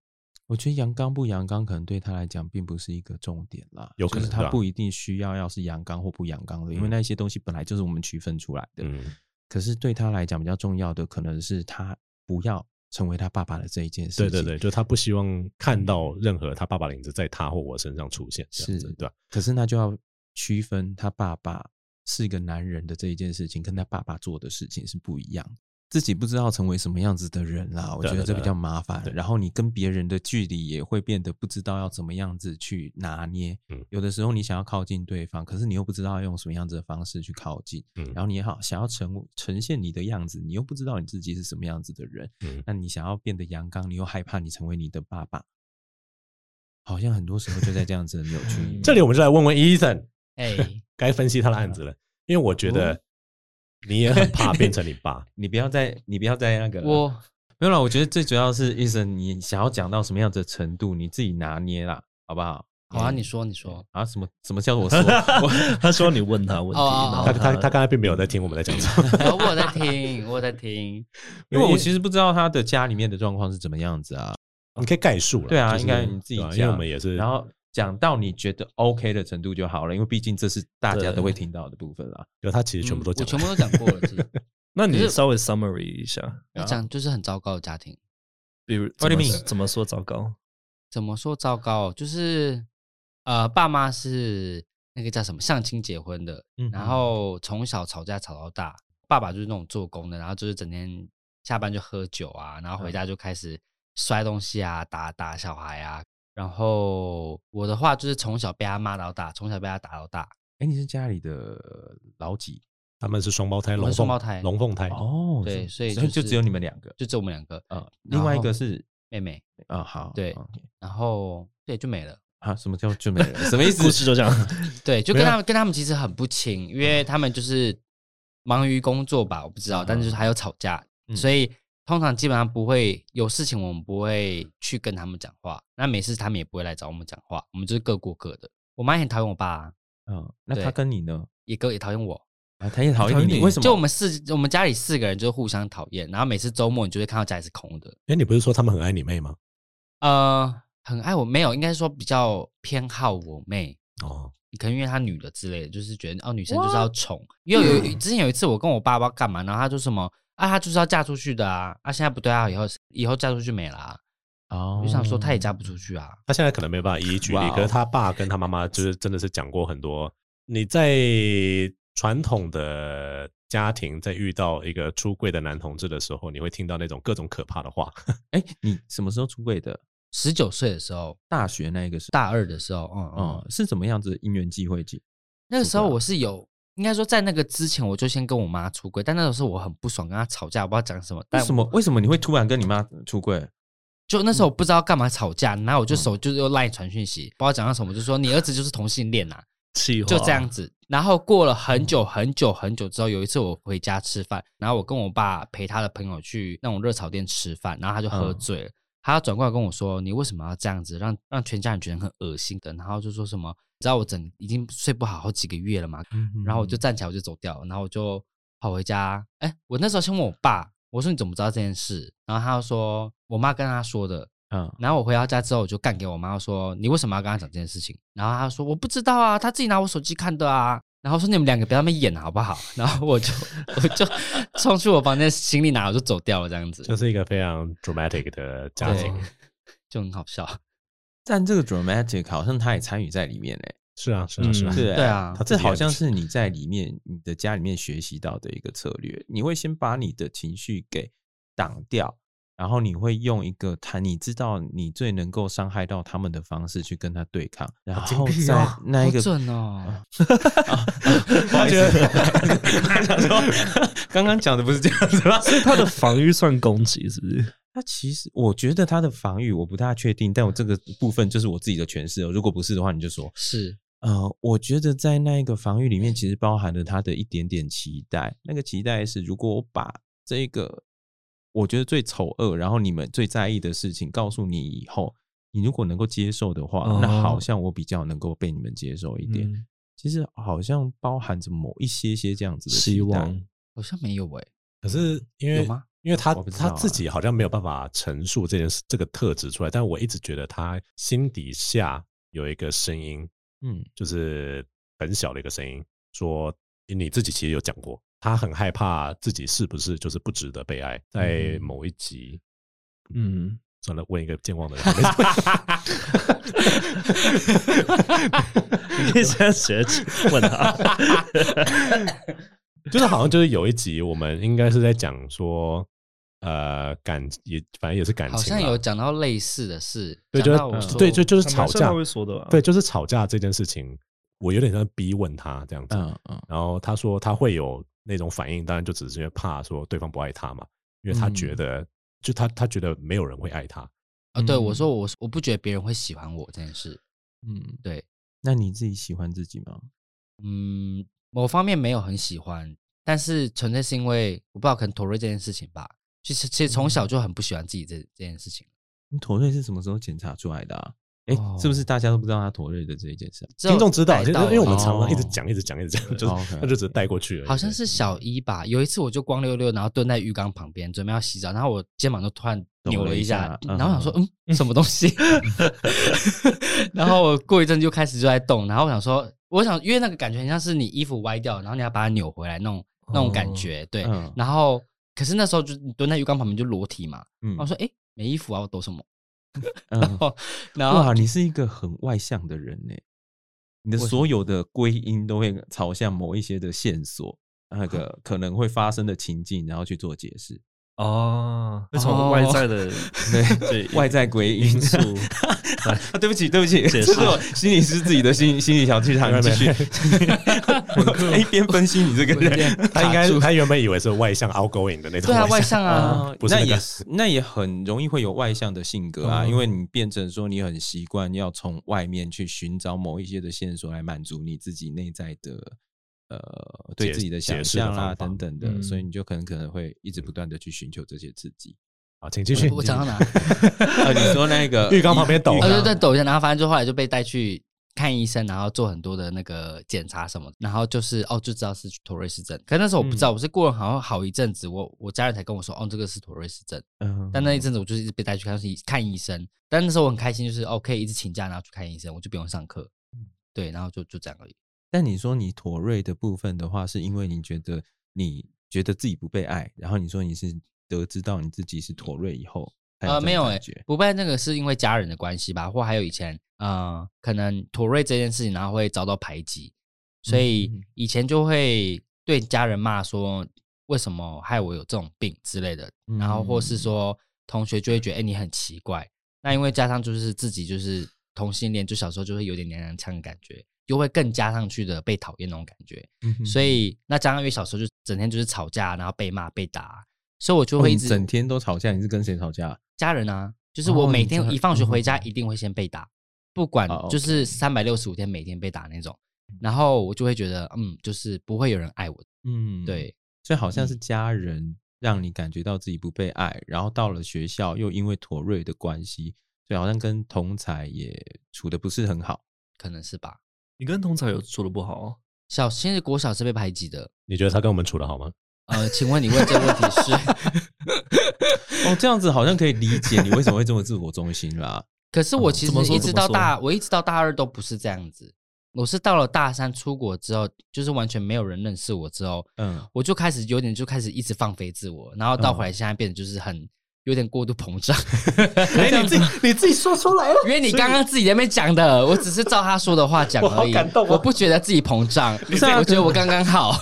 Speaker 2: 我觉得阳刚不阳刚，可能对他来讲并不是一个重点啦，
Speaker 3: 有可能
Speaker 2: 就是
Speaker 3: 对
Speaker 2: 他
Speaker 3: 啊
Speaker 2: 不一定需要要是阳刚或不阳刚的，因为
Speaker 3: 嗯
Speaker 2: 那些东西本来就是我们区分出来的。
Speaker 3: 嗯，
Speaker 2: 可是对他来讲比较重要的，可能是他不要成为他爸爸的这一件事
Speaker 3: 对
Speaker 2: 情。
Speaker 3: 对对，就他不希望看到任何他爸爸的影子在他或我身上出现，这样子
Speaker 2: 嗯是
Speaker 3: 对吧？
Speaker 2: 可是那就要区分他爸爸是一个男人的这一件事情，跟他爸爸做的事情是不一样的。自己不知道成为什么样子的人啦，我
Speaker 3: 对
Speaker 2: 觉得
Speaker 3: 对
Speaker 2: 这
Speaker 3: 对
Speaker 2: 比较麻烦
Speaker 3: 对。
Speaker 2: 然后你跟别人的距离也会变得不知道要怎么样子去拿捏
Speaker 3: 嗯。
Speaker 2: 有的时候你想要靠近对方，可是你又不知道要用什么样子的方式去靠近。
Speaker 3: 嗯
Speaker 2: 然后你也好想要呈呈现你的样子，你又不知道你自己是什么样子的人。
Speaker 3: 嗯
Speaker 2: 那你想要变得阳刚，你又害怕你成为你的爸爸，好像很多时候就在这样子的扭曲里面。
Speaker 3: 这里我们就来问 问 Ethan，
Speaker 1: 哎，
Speaker 3: 该分析他的案子了，因为我觉
Speaker 2: 哦
Speaker 3: 得你也很怕变成你 爸，
Speaker 2: 你不要再，你不要再那 个了。
Speaker 1: 哎
Speaker 3: 嗯
Speaker 1: 我
Speaker 2: 没有啦，我觉得最主要是医生，你想要讲到什么样子的程度，你自己拿捏啦，好不好？
Speaker 1: 好啊，你说你说，
Speaker 2: 啊，什么什么叫 我说？
Speaker 4: 他说你问他问题，
Speaker 1: 哦哦哦
Speaker 4: 然后
Speaker 3: 他他他刚才
Speaker 2: 嗯
Speaker 3: 并没有在听我们 在讲什么，
Speaker 1: 然后我有在 听，我有在听，
Speaker 2: 因为我其实不知道他的家里面的状况是怎么样子啊。
Speaker 3: 你可以概述了，
Speaker 2: 对啊
Speaker 3: 就是
Speaker 2: 应该你自己
Speaker 3: 对啊
Speaker 2: 讲
Speaker 3: 因为我们也是，
Speaker 2: 然后讲到你觉得 OK 的程度就好了，因为毕竟这是大家都会听到的部分啦。
Speaker 3: 就他其实全部都
Speaker 1: 嗯我
Speaker 3: 讲
Speaker 1: 全
Speaker 3: 了，
Speaker 1: 部都讲过了，其 实
Speaker 4: 那你
Speaker 1: 可是
Speaker 4: 稍微 summary 一下，
Speaker 3: 啊
Speaker 1: 要讲就是很糟糕的家庭。
Speaker 4: 比如
Speaker 2: What
Speaker 4: 怎
Speaker 2: do
Speaker 4: 么
Speaker 2: you mean？
Speaker 4: 怎么说糟糕？
Speaker 1: 怎么说糟糕？就是呃，爸妈是那个叫什么相亲结婚的，
Speaker 2: 嗯
Speaker 1: 然后从小吵架吵到大，爸爸就是那种做工的，然后就是整天下班就喝酒啊，然后回家就开始摔东西啊，打打小孩啊。然后我的话就是从小被他骂到大，从小被他打到大。
Speaker 2: 哎，你是家里的老几？
Speaker 3: 他们是双胞胎，
Speaker 1: 我
Speaker 3: 龙
Speaker 1: 们
Speaker 3: 凤
Speaker 1: 双胞胎
Speaker 3: 龙凤胎，
Speaker 2: 哦
Speaker 1: 对，所以
Speaker 2: 就只有你们两个。
Speaker 1: 就只有我们两个
Speaker 2: 啊，
Speaker 1: 然
Speaker 2: 另
Speaker 1: 后
Speaker 2: 外一个是
Speaker 1: 妹妹，
Speaker 2: 啊，好，
Speaker 1: 对
Speaker 2: ，OK
Speaker 1: 然后对就没了。
Speaker 2: 啊，什么叫就没 了？什么意思？
Speaker 4: 故事就这样，
Speaker 1: 对，就
Speaker 3: 没
Speaker 1: 跟
Speaker 3: 有
Speaker 1: 他们跟他们其实很不亲，因为他们就是忙于工作吧，我不知道，但是就是还有吵架，
Speaker 2: 嗯
Speaker 1: 所以通常基本上不会有事情，我们不会去跟他们讲话。那没事，他们也不会来找我们讲话，我们就是各过各的。我妈也很讨厌我爸啊，
Speaker 2: 嗯，那
Speaker 1: 对
Speaker 2: 他跟你呢？
Speaker 1: 也哥也讨厌我，
Speaker 2: 啊，他也讨厌
Speaker 4: 讨厌
Speaker 2: 你，
Speaker 4: 你
Speaker 2: 为什么？
Speaker 1: 就我们四我们家里四个人就互相讨厌，然后每次周末你就会看到家里是空的。
Speaker 3: 哎，你不是说他们很爱你妹吗？
Speaker 1: 呃，很爱我没有，应该说比较偏好我妹。
Speaker 3: 哦，
Speaker 1: 可能因为她女的之类的，就是觉得哦，女生就是要宠。因为有
Speaker 2: 嗯
Speaker 1: 之前有一次我跟我爸爸干嘛，然后他就什么啊，她就是要嫁出去的啊，啊现在不对啊，以后以后嫁出去没啦、
Speaker 2: 哦
Speaker 1: 我就想说她也嫁不出去啊，
Speaker 3: 他现在可能没有办法一一举例
Speaker 2: 哇，哦
Speaker 3: 可是他爸跟他妈妈就是真的是讲过很多你在传统的家庭在遇到一个出柜的男同志的时候，你会听到那种各种可怕的话。
Speaker 2: 哎，你什么时候出柜的？
Speaker 1: 十九岁的时候，
Speaker 2: 大学那一个是，
Speaker 1: 大二的时候，嗯嗯
Speaker 2: 嗯，，是怎么样子？因缘际会际，
Speaker 1: 那个时候
Speaker 2: 出柜啊
Speaker 1: 我是有，应该说在那个之前我就先跟我妈出轨，但那时候我很不爽，跟她吵架，我不知道讲什么。
Speaker 2: 为
Speaker 1: 但
Speaker 2: 什么？为什么你会突然跟你妈出柜？
Speaker 1: 就那时
Speaker 2: 嗯
Speaker 1: 候我不知道干嘛吵架，然后我就手就是又赖传讯息，不知道讲到什么，就说你儿子就是同性恋啊呐，
Speaker 4: 气话
Speaker 1: 就这样子。然后过了很久很久很久之后，有一次我回家吃饭，然后我跟我爸陪他的朋友去那种热炒店吃饭，然后他就喝
Speaker 2: 嗯
Speaker 1: 醉了，他转过来跟我说：“你为什么要这样子，让让全家人觉得很恶心的？”然后就说什么：“你知道我整已经睡不好好几个月了嘛，嗯
Speaker 2: 嗯
Speaker 1: 然后我就站起来，我就走掉了，然后我就跑回家。哎，我那时候先问我爸，我说你怎么知道这件事？然后他就说我妈跟他说的。
Speaker 2: 嗯，
Speaker 1: 然后我回到家之后，我就干给我妈说你为什么要跟他讲这件事情？然后他说我不知道啊，他自己拿我手机看的啊。然后说你们两个不要那么演好不好？然后我就我 就冲去我房间行李拿，我就走掉了，这样子
Speaker 3: 这是一个非常 dramatic 的家庭，
Speaker 1: 对就很好笑。
Speaker 2: 但这个 dramatic 好像他也参与在里面嘞、
Speaker 3: 是啊，是啊，是啊
Speaker 4: 嗯。
Speaker 2: 对
Speaker 1: 对啊
Speaker 3: 他自
Speaker 2: 这
Speaker 3: 己也
Speaker 2: 好
Speaker 3: 很
Speaker 2: 像是你在里面你的家里面学习到的一个策略。你会先把你的情绪给挡掉，然后你会用一个他你知道你最能够伤害到他们的方式去跟他对抗，然后在那一
Speaker 1: 好
Speaker 2: 个
Speaker 1: 准
Speaker 3: 嗯
Speaker 1: 哦，
Speaker 2: 不好意
Speaker 3: 啊
Speaker 2: 思，想说刚刚讲的不是这样子吗？
Speaker 4: 他的防御算攻击是不是？
Speaker 2: 他其实我觉得他的防御我不大确定，但我这个部分就是我自己的诠释哦。如果不是的话，你就说
Speaker 1: 是
Speaker 2: 呃，我觉得在那一个防御里面，其实包含了他的一点点期待。那个期待是，如果我把这个我觉得最丑恶，然后你们最在意的事情告诉你以后，你如果能够接受的话，那
Speaker 4: 哦
Speaker 2: 好像我比较能够被你们接受一点。
Speaker 4: 嗯
Speaker 2: 其实好像包含着某一些些这样子的期
Speaker 4: 希
Speaker 2: 待
Speaker 4: 望
Speaker 1: 好像没有哎、
Speaker 3: 可是因为
Speaker 1: 有吗
Speaker 3: 因为他
Speaker 2: 我不知道
Speaker 3: 他
Speaker 2: 啊
Speaker 3: 自己好像没有办法陈述这件事这个特质出来，但我一直觉得他心底下有一个声音，
Speaker 2: 嗯，
Speaker 3: 就是很小的一个声音，说你自己其实有讲过，他很害怕自己是不是就是不值得被爱，在
Speaker 2: 嗯
Speaker 3: 某一集。
Speaker 4: 嗯，
Speaker 3: 算了，问一个健忘的人，
Speaker 4: 你可以先学问他，
Speaker 3: 就是好像就是有一集我们应该是在讲说，呃，感也反正也是感情啦，啊
Speaker 1: 好像有讲到类似的事，
Speaker 3: 对，
Speaker 1: 讲到
Speaker 3: 就
Speaker 1: 我
Speaker 3: 是
Speaker 1: 说
Speaker 3: 对，就就是吵架
Speaker 4: 他会，说的吧？啊
Speaker 3: 对，就是吵架这件事情，我有点像逼问他这样子。
Speaker 2: 嗯嗯
Speaker 3: 然后他说他会有那种反应，当然就只是因为怕说对方不爱他嘛，因为他
Speaker 2: 嗯
Speaker 3: 觉得、就他他觉得没有人会爱他。
Speaker 1: 啊，对
Speaker 2: 嗯
Speaker 1: 我说我我不觉得别人会喜欢我这件事，
Speaker 2: 嗯，
Speaker 1: 对，
Speaker 2: 那你自己喜欢自己吗？
Speaker 1: 嗯，某方面没有很喜欢，但是纯粹是因为我不知道可能妥瑞这件事情吧，其实其实从
Speaker 3: 嗯
Speaker 1: 小就很不喜欢自己这这件事情，
Speaker 2: 你妥瑞是什么时候检查出来的啊？哎、
Speaker 1: 哦
Speaker 2: 是不是大家都不知道他妥瑞的这一件事啊？
Speaker 1: 只有
Speaker 3: 听众知道，
Speaker 1: 带
Speaker 3: 其实
Speaker 1: 到
Speaker 3: 因为我们
Speaker 1: 而已
Speaker 3: 常常一直
Speaker 2: 哦
Speaker 3: 讲，一直讲，一直讲，就是、
Speaker 2: OK
Speaker 3: 他就只是带过去而已。
Speaker 1: 好像是小
Speaker 3: 嗯
Speaker 1: 一吧，有一次我就光溜溜，然后蹲在浴缸旁边准备要洗澡，然后我肩膀就突然扭了一下，
Speaker 2: 抖了一下
Speaker 1: 然后想说嗯什么东西， 然后我过一阵就开始就在动，然后我想说我想因为那个感觉很像是你衣服歪掉，然后你要把它扭回来那种那种
Speaker 3: 哦
Speaker 1: 感觉，对，
Speaker 2: 嗯
Speaker 1: 然后可是那时候就你蹲在浴缸旁边就裸体嘛，
Speaker 2: 嗯
Speaker 1: 然后我说哎、诶没衣服啊，我抖什么？
Speaker 2: 嗯
Speaker 1: 然后
Speaker 2: 哇，你是一个很外向的人呢，你的
Speaker 1: 为什
Speaker 2: 所有的归因都会朝向某一些的线索，那个可能会发生的情境，然后去做解释。
Speaker 4: 哦，会
Speaker 1: 哦
Speaker 4: 从外在 的
Speaker 2: 对， 外在归因
Speaker 4: 因素
Speaker 2: 啊对不起，对不起，这
Speaker 4: 释
Speaker 2: 是我心理师自己的心心理小剧场，你继续。 我一边分析你这个
Speaker 1: 我有点
Speaker 2: 人，
Speaker 3: 他应该
Speaker 1: 卡住
Speaker 3: 他原本以为是外向 outgoing 的那种
Speaker 1: 对啊，外
Speaker 3: 外向，
Speaker 1: 向啊，
Speaker 2: 啊
Speaker 3: 不是
Speaker 2: 那
Speaker 3: 那个
Speaker 2: 也 是那也很容易会有外向的性格啊，
Speaker 3: 哦
Speaker 2: 因为你变成说你很习惯要从外面去寻找某一些的线索来满足你自己内在的呃对
Speaker 3: 解
Speaker 2: 自己的想
Speaker 3: 解释的
Speaker 2: 象啊
Speaker 3: 方法嗯
Speaker 2: 等等的，
Speaker 4: 嗯
Speaker 2: 所以你就可能可能会一直不断的去寻求这些刺 激。
Speaker 3: 啊，请继续
Speaker 1: 我。我讲到哪？
Speaker 2: 呃，你说那个
Speaker 3: 浴缸旁边抖
Speaker 2: 浴
Speaker 1: 啊，
Speaker 2: 缸
Speaker 1: 对对，抖一下，然后反正就后来就被带去看医生，然后做很多的那个检查什么的，然后就是哦就知道是妥瑞氏症，可那时候我不知
Speaker 2: 嗯
Speaker 1: 道，我是过了好像好一阵子，我我家人才跟我说哦这个是妥瑞氏症，
Speaker 2: 嗯
Speaker 1: 但那一阵子我就是一直被带去看看医生，但那时候我很开心，就是哦可以一直请假然后去看医生，我就不用上课，
Speaker 2: 嗯
Speaker 1: 对，然后就就这样而已。
Speaker 2: 但你说你妥瑞的部分的话，是因为你觉得你觉得自己不被爱，然后你说你是得知到你自己是妥瑞以后，才
Speaker 1: 呃，
Speaker 2: 这种
Speaker 1: 没有
Speaker 2: 感
Speaker 1: 哎、
Speaker 2: 觉
Speaker 1: 不拜那个是因为家人的关系吧，或还有以前呃，可能妥瑞这件事情，然后会遭到排挤，所
Speaker 2: 嗯
Speaker 1: 以以前就会对家人骂说为什么害我有这种病之类的，
Speaker 2: 嗯
Speaker 1: 然后或是说同学就会觉得哎、你很奇怪，那因为加上就是自己就是同性恋，就小时候就会有点娘娘腔的感觉，就会更加上去的被讨厌那种感觉，
Speaker 3: 嗯
Speaker 2: 嗯
Speaker 1: 所以那加上因为小时候就整天就是吵架，然后被骂被打，所以我就
Speaker 2: 哦
Speaker 1: 会
Speaker 2: 你
Speaker 1: 一直、
Speaker 2: 整天都吵架，你是跟谁吵架？
Speaker 1: 家人啊，就是
Speaker 2: 哦
Speaker 1: 我每
Speaker 2: 你
Speaker 1: 天
Speaker 2: 家
Speaker 1: 一放学回家
Speaker 2: 嗯
Speaker 1: 一定会先被打，不管
Speaker 2: 哦，OK
Speaker 1: 就是三百六十五天每天被打那种。然后我就会觉得，嗯，就是不会有人爱我。
Speaker 2: 嗯，
Speaker 1: 对，
Speaker 2: 所以好像是家人让你感觉到自己不被爱，然后到了学校又因为妥瑞的关系，所以好像跟同才也处的不是很好。
Speaker 1: 可能是吧。
Speaker 4: 你跟童彩有处的不好哦、
Speaker 1: 小现在国小是被排挤的。
Speaker 3: 你觉得他跟我们处的好吗？
Speaker 1: 呃，请问你问这个问题 是？
Speaker 2: 哦，这样子好像可以理解你为什么会这么自我中心啦。
Speaker 1: 可是
Speaker 2: 哦
Speaker 1: 我其
Speaker 4: 怎么
Speaker 1: 实
Speaker 4: 说
Speaker 1: 一直
Speaker 4: 怎么
Speaker 1: 到
Speaker 4: 说
Speaker 1: 大，我一直到大二都不是这样子。我是到了大三出国之后，就是完全没有人认识我之后，
Speaker 2: 嗯，
Speaker 1: 我就开始有点就开始一直放飞自我，然后到后来现在变得就是很有点过度膨胀。
Speaker 3: 哎、你自己你自己说出来了，
Speaker 1: 因为你刚刚自己在那边讲的，我只是照他说的话讲
Speaker 3: 我好
Speaker 1: 而已，
Speaker 3: 感动啊
Speaker 1: 我不觉得自己膨胀，不
Speaker 2: 是啊
Speaker 1: 我觉得我刚刚好。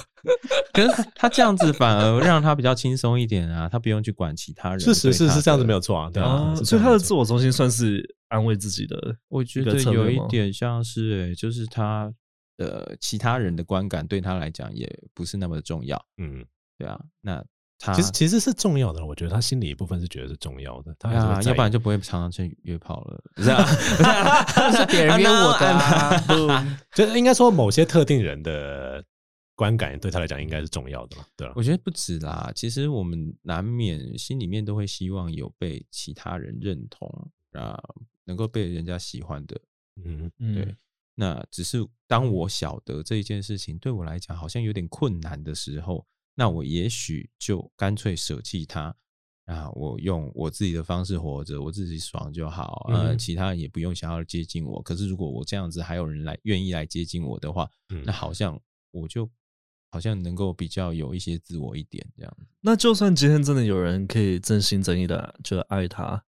Speaker 2: 可是他这样子反而让他比较轻松一点啊，他不用去管其他人。
Speaker 3: 是是是是这样子没
Speaker 2: 有？
Speaker 3: 有错啊，对啊
Speaker 4: 啊，，
Speaker 3: 是这
Speaker 4: 所
Speaker 3: 样
Speaker 4: 以他的
Speaker 3: 没有
Speaker 4: 自
Speaker 3: 错
Speaker 4: 我中心算是安慰自己的。
Speaker 2: 我觉
Speaker 4: 一个
Speaker 2: 得
Speaker 4: 策略
Speaker 2: 有一
Speaker 4: 吗
Speaker 2: 点像是、欸，就是他呃，其他人的观感对他来讲也不是那么的重要，
Speaker 3: 嗯，
Speaker 2: 对啊。那他
Speaker 3: 其实其实是重要的，我觉得他心里一部分是觉得是重要的，他还是会
Speaker 2: 啊，
Speaker 3: 在意
Speaker 2: 要不然就不会常常去约炮 了，不是啊？不是啊
Speaker 1: 是别人约我的 啊
Speaker 3: 就是应该说某些特定人的观感对他来讲应该是重要的嘛，对吧？
Speaker 2: 我觉得不止啦，其实我们难免心里面都会希望有被其他人认同啊，能够被人家喜欢的。
Speaker 3: 嗯，
Speaker 4: 嗯
Speaker 2: 对，那只是当我晓得这一件事情对我来讲好像有点困难的时候，那我也许就干脆舍弃它啊，我用我自己的方式活着，我自己爽就好，呃，
Speaker 3: 嗯
Speaker 2: 其他人也不用想要接近我。可是如果我这样子还有人来愿意来接近我的话，
Speaker 3: 嗯
Speaker 2: 那好像我就好像能够比较有一些自我一点这样。
Speaker 4: 那就算今天真的有人可以真心真意的就爱他，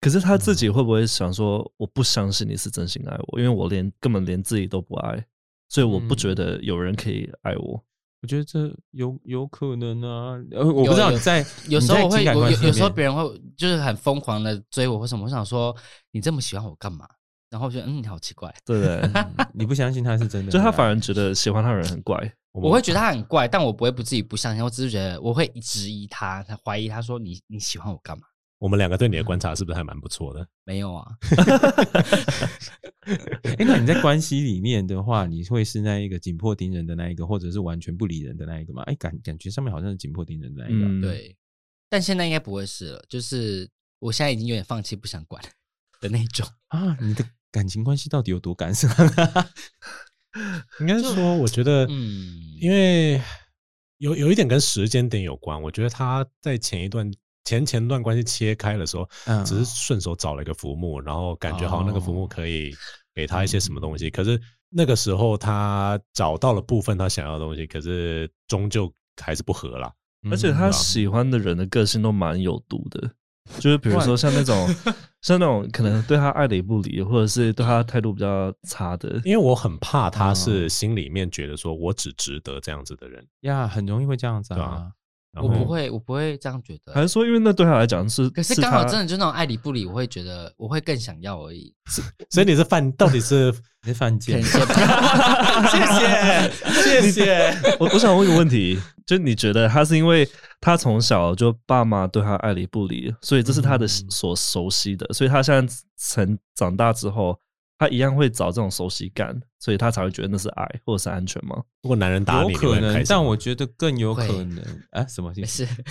Speaker 4: 可是他自己会不会想说，我不相信你是真心爱我，因为我连根本连自己都不爱，所以我不觉得有人可以爱我。
Speaker 2: 我觉得这有有可能啊，呃，我不
Speaker 1: 有
Speaker 2: 知道
Speaker 1: 有
Speaker 2: 你在
Speaker 1: 有时候我
Speaker 2: 你在情
Speaker 1: 会，
Speaker 2: 感
Speaker 1: 我
Speaker 2: 关
Speaker 1: 有
Speaker 2: 系里
Speaker 1: 有时候
Speaker 2: 面
Speaker 1: 别人会就是很疯狂的追我或什么，我想说你这么喜欢我干嘛？然后我觉得嗯，你好奇怪，
Speaker 4: 对不 对？
Speaker 2: 嗯你不相信他是 真的，
Speaker 4: 就他
Speaker 2: 对啊
Speaker 4: 反而觉得喜欢他的人很怪，
Speaker 1: 我会觉得他很怪，但我不会不自己不相信，我只是觉得我会质疑他，他怀疑他说你你喜欢我干嘛？
Speaker 3: 我们两个对你的观察是不是还蛮不错的？
Speaker 1: 没有啊，
Speaker 2: 哎、那你在关系里面的话，你会是那一个紧迫盯人的那一个，或者是完全不理人的那一个吗？哎、感感觉上面好像是紧迫盯人的那一个啊。
Speaker 4: 嗯，，
Speaker 1: 对，但现在应该不会是了，就是我现在已经有点放弃不想管的那种。
Speaker 2: 啊，你的感情关系到底有多感 伤、
Speaker 3: 应该说，我觉得，
Speaker 1: 嗯，
Speaker 3: 因为有有一点跟时间点有关，我觉得他在前一段前前段关系切开的时候，
Speaker 2: 嗯
Speaker 3: 只是顺手找了一个浮木，然后感觉好像那个浮木可以给他
Speaker 1: 嗯
Speaker 3: 一些什么东西，可是那个时候他找到了部分他想要的东西，可是终究还是不合啦。
Speaker 4: 而且
Speaker 2: 嗯
Speaker 4: 他喜欢的人的个性都蛮有毒的，就是比如说像那种 像那种可能对他爱理不理，或者是对他态度比较差的，
Speaker 3: 因为我很怕他
Speaker 2: 嗯
Speaker 3: 是心里面觉得说我只值得这样子的人，
Speaker 2: 呀，很容易会这样子
Speaker 3: 对
Speaker 2: 啊
Speaker 3: 啊。然
Speaker 1: 我
Speaker 3: 后
Speaker 1: 不会，我不会这样觉
Speaker 4: 还
Speaker 1: 得
Speaker 4: 是。说因为那对他来讲是，
Speaker 1: 可是刚好真
Speaker 4: 的
Speaker 1: 的 就那种爱理不理，我会觉得我会更想要而已。
Speaker 3: 所以你是犯到 底是
Speaker 2: 你是犯
Speaker 1: 偏
Speaker 2: 贱，啊
Speaker 1: 见 吧，谢谢，
Speaker 3: 谢谢。
Speaker 4: 我我想问一个问题，就你觉得他是因为他从小就爸妈对他爱理不理，所以这是他的所熟悉的，所以他现在成长大之后，他一样会找这种熟悉感，所以他才会觉得那是爱或者是安全吗？
Speaker 3: 如果男人打
Speaker 2: 有
Speaker 3: 你，你
Speaker 2: 可
Speaker 3: 会很开
Speaker 2: 能，
Speaker 3: 心
Speaker 2: 但
Speaker 3: 吗
Speaker 2: 我觉得更有可
Speaker 1: 会
Speaker 2: 能啊，什么意
Speaker 1: 没
Speaker 2: 思？
Speaker 1: 事。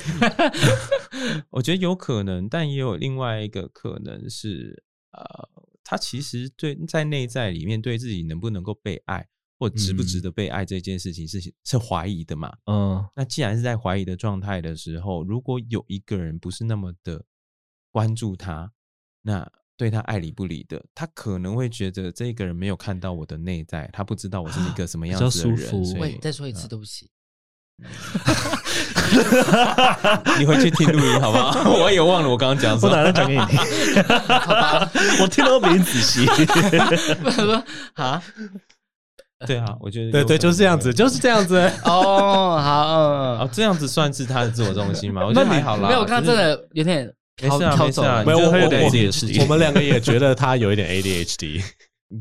Speaker 2: 我觉得有可能，但也有另外一个可能是，呃，他其实对在内在里面对自己能不能够被爱或值不值得被爱这件事情是、是怀疑的嘛。
Speaker 4: 嗯
Speaker 2: 那既然是在怀疑的状态的时候，如果有一个人不是那么的关注他，那对他爱理不理的，他可能会觉得这个人没有看到我的内在，他不知道我是一个什么样
Speaker 4: 比较
Speaker 2: 子的
Speaker 4: 舒
Speaker 2: 人，
Speaker 4: 服
Speaker 2: 所
Speaker 1: 喂
Speaker 2: 以，
Speaker 1: 再说一次，对不起。
Speaker 2: 你回去听录音好不 好？我也忘了我刚刚讲什
Speaker 4: 我
Speaker 2: 么。
Speaker 4: 哪来讲 给你听？我听得都比你仔细。
Speaker 1: 不不啊，
Speaker 2: 对啊，我觉得
Speaker 3: 对
Speaker 2: 有 可
Speaker 3: 对，
Speaker 2: 能
Speaker 3: 就是这样子，
Speaker 2: 会
Speaker 3: 就是这样子。
Speaker 1: 哦，好，
Speaker 2: 哦，
Speaker 1: 嗯，
Speaker 2: 这样子算是他的自我中心吗？我觉得还好啦。
Speaker 1: 没有，我看
Speaker 2: 就
Speaker 1: 真
Speaker 2: 是
Speaker 1: 的有点
Speaker 2: 没
Speaker 1: 飘
Speaker 2: 事啊
Speaker 1: 飘
Speaker 2: 没事
Speaker 1: 走
Speaker 2: 啊
Speaker 1: 了
Speaker 3: 没。有，我
Speaker 2: 你就会
Speaker 3: 我
Speaker 2: 有点
Speaker 3: 我
Speaker 2: 自己的世界
Speaker 3: 我们两个也觉得他有一点 ADHD，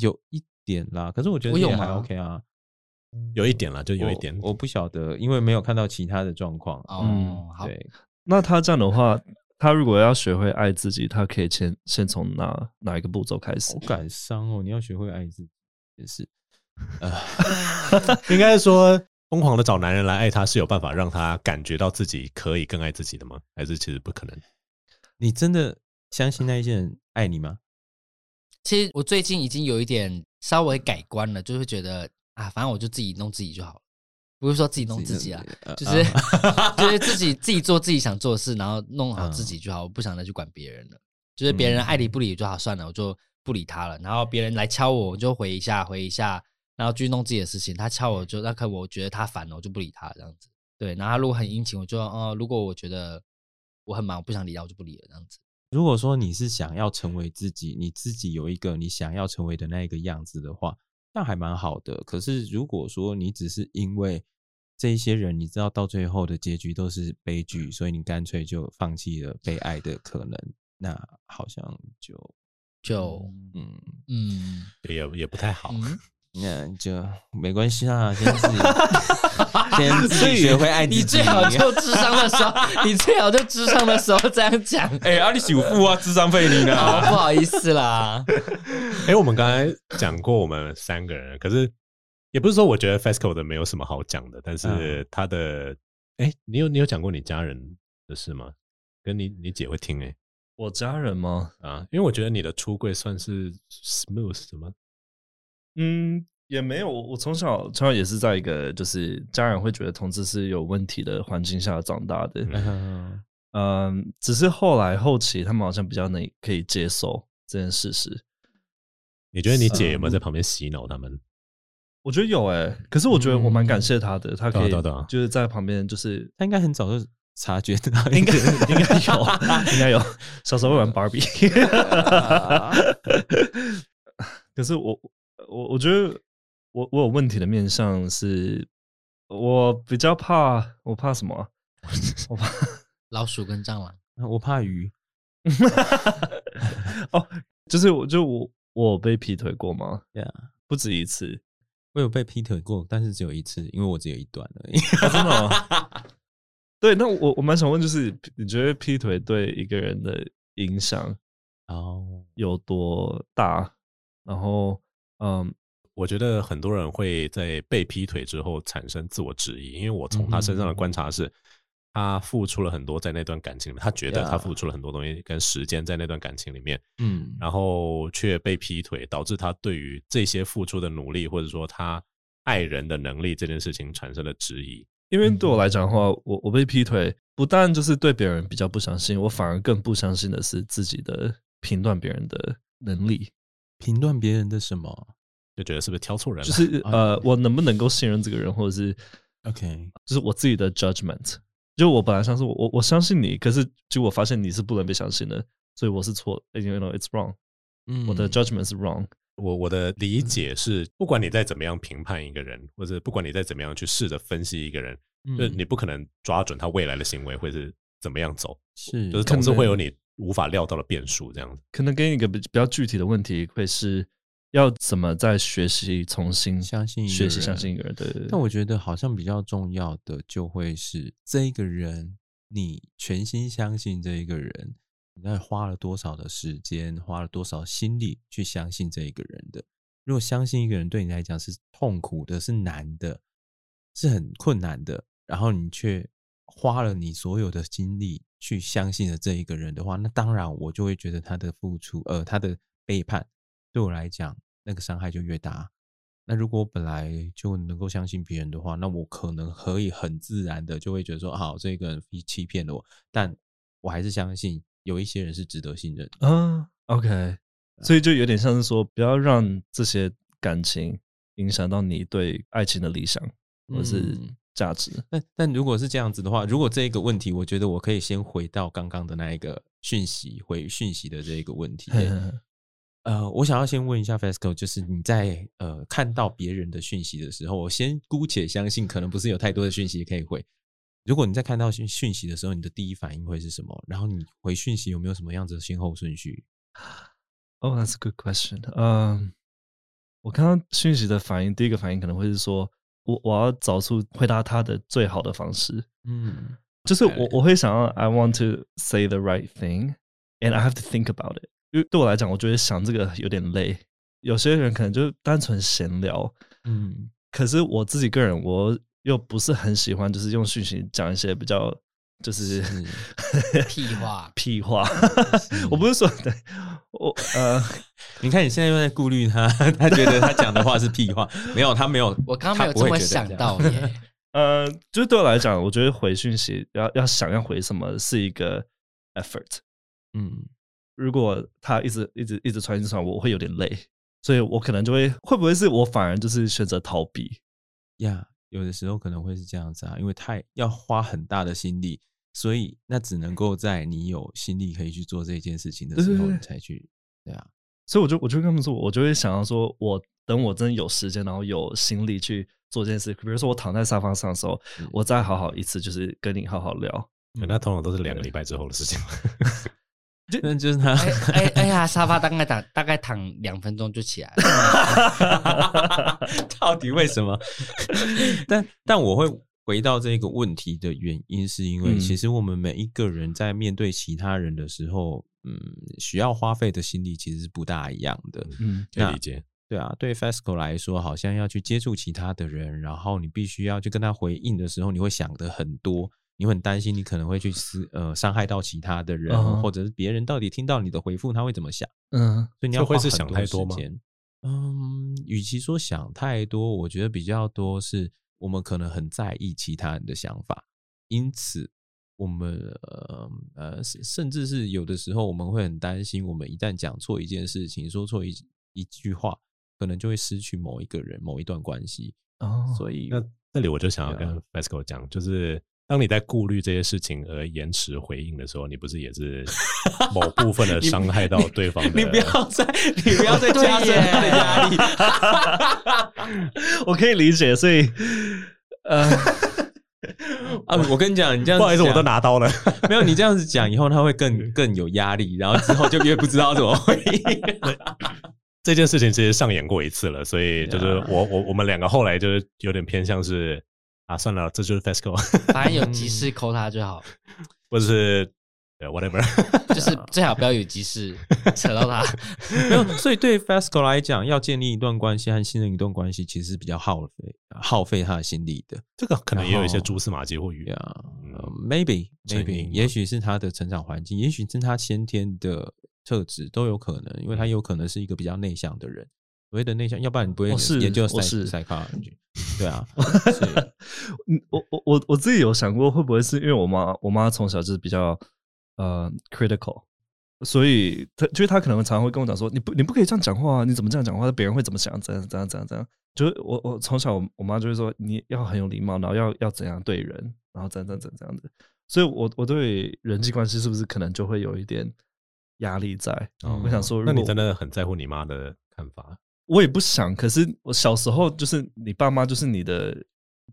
Speaker 2: 有一点啦，可是我觉得
Speaker 1: 我有
Speaker 2: 也还
Speaker 1: 吗
Speaker 2: OK 啊，
Speaker 3: 有一点了，就有一
Speaker 2: 我
Speaker 3: 点。
Speaker 2: 我不晓得，因为没有看到其他的状况。
Speaker 1: 哦，好，
Speaker 2: 对，
Speaker 4: 那他这样的话，他如果要学会爱自己，他可以先先从哪哪一个步骤开始
Speaker 2: 好？感伤哦，你要学会爱自己，也是。
Speaker 3: 应该说，疯狂的找男人来爱他是有办法让他感觉到自己可以更爱自己的吗？还是其实不可能？
Speaker 2: 你真的相信那一些人爱你吗？
Speaker 1: 其实我最近已经有一点稍微改观了，就会觉得啊，反正我就自己弄自己就好了，不是说自己弄自己啊，
Speaker 2: 呃，
Speaker 1: 就是、
Speaker 2: 啊
Speaker 1: 就是自己自己做自己想做的事，然后弄好自己就好，我不想再去管别人了。就是别人爱理不理就好，算了，我就不理他了。然后别人来敲我，我就回一下，回一下，然后继续弄自己的事情。他敲我就那可我觉得他烦了，我就不理他这样子。对，然后他如果很殷勤，我就哦、如果我觉得我很忙，我不想理他，我就不理了这样子。
Speaker 2: 如果说你是想要成为自己，你自己有一个你想要成为的那一个样子的话，那还蛮好的。可是如果说你只是因为这一些人，你知道到最后的结局都是悲剧，所以你干脆就放弃了被爱的可能，那好像就
Speaker 1: 就
Speaker 2: 嗯，
Speaker 1: 嗯
Speaker 3: 也也不太好。
Speaker 1: 嗯，
Speaker 2: 那就没关系啦，先自 己先自己学会爱自己。
Speaker 1: 你最好就智商的时候， 你最好就智商的时候这样讲，
Speaker 2: 哎，阿里媳妇啊，智商费你
Speaker 1: 好
Speaker 2: 呢？
Speaker 1: 不好意思啦。
Speaker 3: 哎、我们刚才讲过我们三个人，可是也不是说我觉得 FESCO 的没有什么好讲的，但是他的哎、你有你有讲过你家人的事吗？跟你你姐会听哎、
Speaker 4: 我家人吗？
Speaker 3: 啊，因为我觉得你的出柜算是 smooth 什么
Speaker 4: 嗯，也没有。我我从小从小也是在一个就是家人会觉得同志是有问题的环境下长大的。
Speaker 3: 嗯
Speaker 2: 嗯
Speaker 4: 嗯，只是后来后期他们好像比较能可以接受这件事实。
Speaker 3: 你觉得你姐有没有在旁边洗脑他们？
Speaker 4: 我觉得有哎、可是我觉得我蛮感谢他的，他可以
Speaker 3: 嗯对啊对啊对啊
Speaker 4: 就是在旁边就是
Speaker 2: 他应该很早就察觉到，
Speaker 4: 应该 应该有， 应该有。小时候会玩芭比， 可是我我我觉得我我有问题的面向是，我比较怕我怕什么啊、 我怕
Speaker 1: 老鼠跟蟑螂，
Speaker 2: 我怕鱼，
Speaker 4: 哦，就是我就我我被劈腿过吗？
Speaker 2: 对啊，
Speaker 4: 不止一次，
Speaker 2: 我有被劈腿过，但是只有一次，因为我只有一段而已。
Speaker 4: 哦真的、哦。 对，那我我蛮想问，就是你觉得劈腿对一个人的影响
Speaker 2: 哦，
Speaker 4: 有多大？然后，嗯，
Speaker 3: 我觉得很多人会在被劈腿之后产生自我质疑，因为我从他身上的观察是，他付出了很多在那段感情里面，他觉得他
Speaker 2: Yeah
Speaker 3: 付出了很多东西跟时间在那段感情里面，
Speaker 2: 嗯，
Speaker 3: 然后却被劈腿，导致他对于这些付出的努力，或者说他爱人的能力这件事情产生了质疑。
Speaker 4: 因为对我来讲的话，我我被劈腿，不但就是对别人比较不相信，我反而更不相信的是自己的评断别人的能力，
Speaker 2: 评断别人的什么
Speaker 3: 就觉得是不是挑错人了？
Speaker 4: 就是呃，我能不能够信任这个人，或者是
Speaker 2: ？OK，
Speaker 4: 就是我自己的 judgment。就我本来相信我我我相信你，可是结果发现你是不能被相信的，所以我是错的，you know it's wrong，、
Speaker 2: 嗯
Speaker 4: 我的 judgment 是 wrong。
Speaker 3: 我我的理
Speaker 4: 嗯
Speaker 3: 解是，不管你再怎么样评判一个人，或者不管你再怎么样去试着分析一个人，就是
Speaker 2: 嗯
Speaker 4: 嗯
Speaker 3: 你不可能抓准他未来的行为会是怎么样走，
Speaker 2: 是
Speaker 3: 就是总是会有你无法料到的变数这样子。
Speaker 4: 可能给你一个比比较具体的问题，会是要怎么在学习重新
Speaker 2: 相信一个
Speaker 4: 学习
Speaker 2: 人
Speaker 4: 相信一个人。对对对。
Speaker 2: 但我觉得好像比较重要的就会是这一个人，你全心相信这一个人，你在花了多少的时间，花了多少心力去相信这一个人的。如果相信一个人对你来讲是痛苦的、是难的、是很困难的，然后你却花了你所有的精力去相信了这一个人的话，那当然我就会觉得他的付出，呃，他的背叛对我来讲那个伤害就越大。那如果我本来就能够相信别人的话，那我可能可以很自然的就会觉得说，好，这个人欺欺骗了我，但我还是相信有一些人是值得信任的。
Speaker 4: 啊，OK，所以就有点像是说，不要让这些感情影响到你对爱情的理想或者是
Speaker 2: 嗯
Speaker 4: 价值。
Speaker 2: 但但如果是这样子的话，如果这一个问题，我觉得我可以先回到刚刚的那一个讯息回讯息的这一个问题。
Speaker 4: 嘿嘿嘿
Speaker 2: 呃，我想要先问一下 FESCO，就是你在呃看到别人的讯息的时候，我先姑且相信可能不是有太多的讯息可以回。如果你在看到讯讯息的时候，你的第一反应会是什么？然后你回讯息有没有什么样子的先后顺序？
Speaker 4: Oh, that's a good question. 嗯、我看到讯息的反应，第一个反应可能会是说，我我要找出回答他的最好的方式。
Speaker 2: 嗯，
Speaker 4: 就是我
Speaker 2: Okay.
Speaker 4: 我会想要 I want to say the right thing and I have to think about it，因为对我来讲，我觉得想这个有点累。有些人可能就单纯闲聊，
Speaker 2: 嗯，
Speaker 4: 可是我自己个人我又不是很喜欢，就是用讯息讲一些比较就是
Speaker 2: 是
Speaker 1: 屁话
Speaker 4: 屁话。我不是说对我呃，
Speaker 2: 你看你现在又在顾虑他， 他觉得他讲的话是屁话，没有，他没有，
Speaker 1: 我刚刚没有
Speaker 2: 他不
Speaker 1: 这
Speaker 2: 会
Speaker 1: 么
Speaker 2: 觉得
Speaker 1: 想
Speaker 2: 样
Speaker 1: 到 耶。
Speaker 4: 呃，就是对我来讲，我觉得回讯息要要想要回什么是一个 effort。
Speaker 2: 嗯，
Speaker 4: 如果他一直一直一直传一直传，我会有点累，所以我可能就会会不会是我反而就是选择逃避？
Speaker 2: 呀有的时候可能会是这样子啊，因为太要花很大的心力，所以那只能够在你有心力可以去做这件事情的
Speaker 4: 对
Speaker 2: 时
Speaker 4: 对
Speaker 2: 候，
Speaker 4: 对
Speaker 2: 你才去，对啊，
Speaker 4: 所以我就我就跟他们说，我就会想要说，我等我真的有时间，然后有心力去做这件事。比如说我躺在沙发上的时候，
Speaker 2: 嗯
Speaker 4: 我再好好一次，就是跟你好好聊。
Speaker 3: 嗯那通常都是两个礼拜之后的事情。
Speaker 2: 那就是他，
Speaker 1: 哎哎哎呀，沙发大概躺大概躺两分钟就起来了。
Speaker 2: 到底为什么？ 但但我会回到这个问题的原因，是因为
Speaker 4: 嗯
Speaker 2: 其实我们每一个人在面对其他人的时候，嗯，需要花费的心力其实是不大一样的。
Speaker 4: 嗯
Speaker 3: 可以理解，
Speaker 2: 对啊，对 FESCO 来说，好像要去接触其他的人，然后你必须要去跟他回应的时候，你会想的很多，你会很担心你可能会去思呃伤害到其他的人，
Speaker 4: 嗯
Speaker 2: 或者是别人到底听到你的回复他会怎么想。
Speaker 4: 嗯
Speaker 2: 所以你要
Speaker 3: 这会
Speaker 2: 花
Speaker 3: 是
Speaker 2: 很
Speaker 3: 想
Speaker 2: 的
Speaker 3: 太多
Speaker 2: 时
Speaker 3: 吗
Speaker 2: 间嗯，与其说想太多，我觉得比较多是我们可能很在意其他人的想法，因此我们呃呃，甚甚至是有的时候我们会很担心，我们一旦讲错一件事情，说错一一句话，可能就会失去某一个人、某一段关 系。
Speaker 4: 哦，
Speaker 2: 所以，
Speaker 3: 那这里我就想要
Speaker 2: 对啊
Speaker 3: 跟 FESCO 讲，就是当你在顾虑这些事情而延迟回应的时候，你不是也 是某部分的伤害到对啊方的？
Speaker 2: 你不要再，你不要再加深他的压力。
Speaker 4: 我可以理解，所以呃，
Speaker 2: 啊！我跟你讲，你这样
Speaker 3: 不好意思，我
Speaker 2: 讲
Speaker 3: 都拿刀了。
Speaker 2: 没有，你这样子讲以后，他会更更有压力，然后之后就越不知道怎么回应。
Speaker 3: 这件事情其实上演过一次了，所以就是我我我们两个后来就是有点偏向是啊，算了，这就是 FESCO，
Speaker 1: 反正有
Speaker 2: 嗯
Speaker 1: 急事扣他就好，
Speaker 3: 或者是呃 whatever。
Speaker 1: 就是最好不要有急事扯到 他。
Speaker 2: 没有，所以对 FESCO 来讲，要建立一段关系和信任一段关系，其实是比较耗费呃耗费他的心力的。
Speaker 3: 这个可能也有一些
Speaker 2: 然后
Speaker 3: 蛛丝马迹或语
Speaker 2: 呀、
Speaker 3: 嗯
Speaker 2: m a y b e
Speaker 3: 成因
Speaker 2: maybe，
Speaker 3: 嘛
Speaker 2: 也许是他的成长环境，也许是他先天的特质都有可能，因为他有可能是一个比较内向的人。所谓的内向，要不然你不会
Speaker 4: 我哦是
Speaker 2: 研究
Speaker 4: 我是哦
Speaker 2: psych- psychology，对啊，
Speaker 4: 嗯我我我我自己有想过，会不会是因为我妈我妈从小就是比较呃 critical，所以她就是她可能常常会跟我讲说，你不你不可以这样讲话啊，你怎么这样讲话，别人会怎么想，怎样怎样怎样怎样。就是我我从小我我妈就会说，你要很有礼貌，然后要要怎样对人，然后怎样怎样怎样怎样的。所以我我对人际关系是不是可能就会有一点压力在？
Speaker 2: 哦
Speaker 4: 我想说，如
Speaker 3: 那
Speaker 4: 果
Speaker 3: 你真的很在乎你妈的看法？
Speaker 4: 我也不想，可是我小时候就是你爸妈就是你的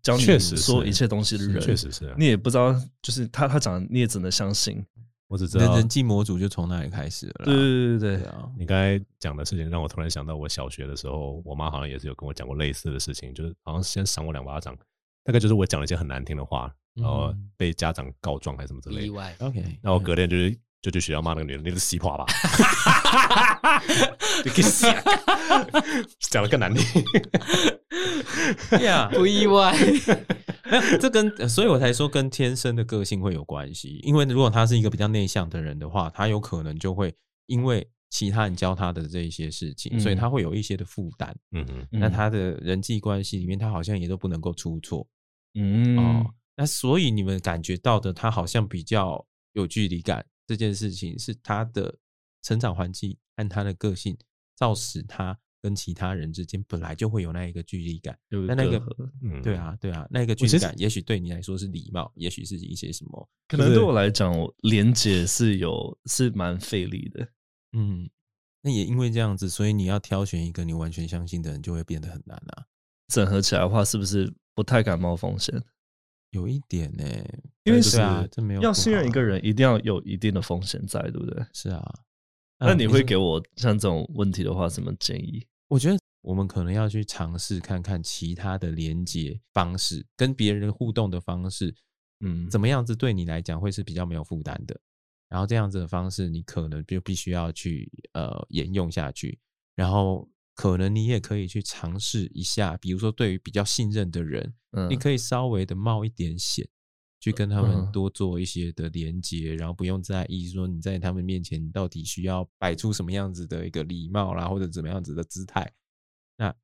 Speaker 4: 教你
Speaker 3: 确实是
Speaker 4: 说一切东西的人，
Speaker 3: 确实是啊，
Speaker 4: 你也不知道，就是他他讲的你也只能相信。
Speaker 3: 我只知
Speaker 2: 人
Speaker 3: 道
Speaker 2: 人际模组就从那里开始了啦。
Speaker 4: 啊对对对对
Speaker 2: 对
Speaker 4: 对，
Speaker 2: 啊，
Speaker 3: 你刚才讲的事情让我突然想到，我小学的时候，我妈好像也是有跟我讲过类似的事情，就是好像先赏我两巴掌，大概就是我讲了一些很难听的话，然后
Speaker 2: 嗯
Speaker 3: 被家长告状还是什么之类
Speaker 1: 意
Speaker 3: 的。
Speaker 1: 外，
Speaker 2: OK，
Speaker 3: 那 我隔天就是就去学校骂那个女的，你是西瓜吧，就给死， 讲的更难听。
Speaker 2: 呀，
Speaker 1: 不意外。
Speaker 2: 没有， 这跟呃所以我才说跟天生的个性会有关系。因为如果他是一个比较内向的人的话，他有可能就会因为其他人教他的这一些事情，
Speaker 4: 嗯
Speaker 2: 所以他会有一些的负担。
Speaker 3: 嗯哼，
Speaker 2: 那
Speaker 4: 嗯
Speaker 2: 他的人际关系里面，他好像也都不能够出错、
Speaker 4: 嗯
Speaker 2: 哦。那所以你们感觉到的，他好像比较有距离感这件事情，是他的成长环境和他的个性，造使他跟其他人之间本来就会有那一个距离感。
Speaker 4: 有一
Speaker 2: 那那个
Speaker 4: 隔阂
Speaker 3: 嗯，
Speaker 2: 对，啊，对啊，那个距
Speaker 3: 其
Speaker 2: 离
Speaker 3: 实
Speaker 2: 感，也许对你来说是礼貌，也许是一些什么，
Speaker 4: 可能对我来讲，我连接是有是蛮费力的，
Speaker 2: 嗯，那也因为这样子，所以你要挑选一个你完全相信的人，就会变得很难啊。
Speaker 4: 整合起来的话，是不是不太感冒风险？
Speaker 2: 有一点呢、
Speaker 4: 因为
Speaker 2: 对啊
Speaker 4: 是，
Speaker 2: 这没有
Speaker 4: 要
Speaker 2: 不
Speaker 4: 信任
Speaker 2: 好
Speaker 4: 一
Speaker 2: 啊
Speaker 4: 个人，一定要有一定的风险在，对不对？
Speaker 2: 是啊。
Speaker 4: 那
Speaker 2: 嗯
Speaker 4: 你会
Speaker 2: 是
Speaker 4: 给我像这种问题的话，什么建议？
Speaker 2: 我觉得我们可能要去尝试看看其他的连接方式，跟别人互动的方式，
Speaker 4: 嗯，
Speaker 2: 怎么样子对你来讲会是比较没有负担的。然后这样子的方式，你可能就必须要去呃沿用下去。然后可能你也可以去尝试一下，比如说对于比较信任的人，
Speaker 4: 嗯
Speaker 2: 你可以稍微的冒一点险，去跟他们
Speaker 4: 嗯
Speaker 2: 多做一些的连接，然后不用在意说你在他们面前你到底需要摆出什么样子的一个礼貌啦，或者怎么样子的姿态，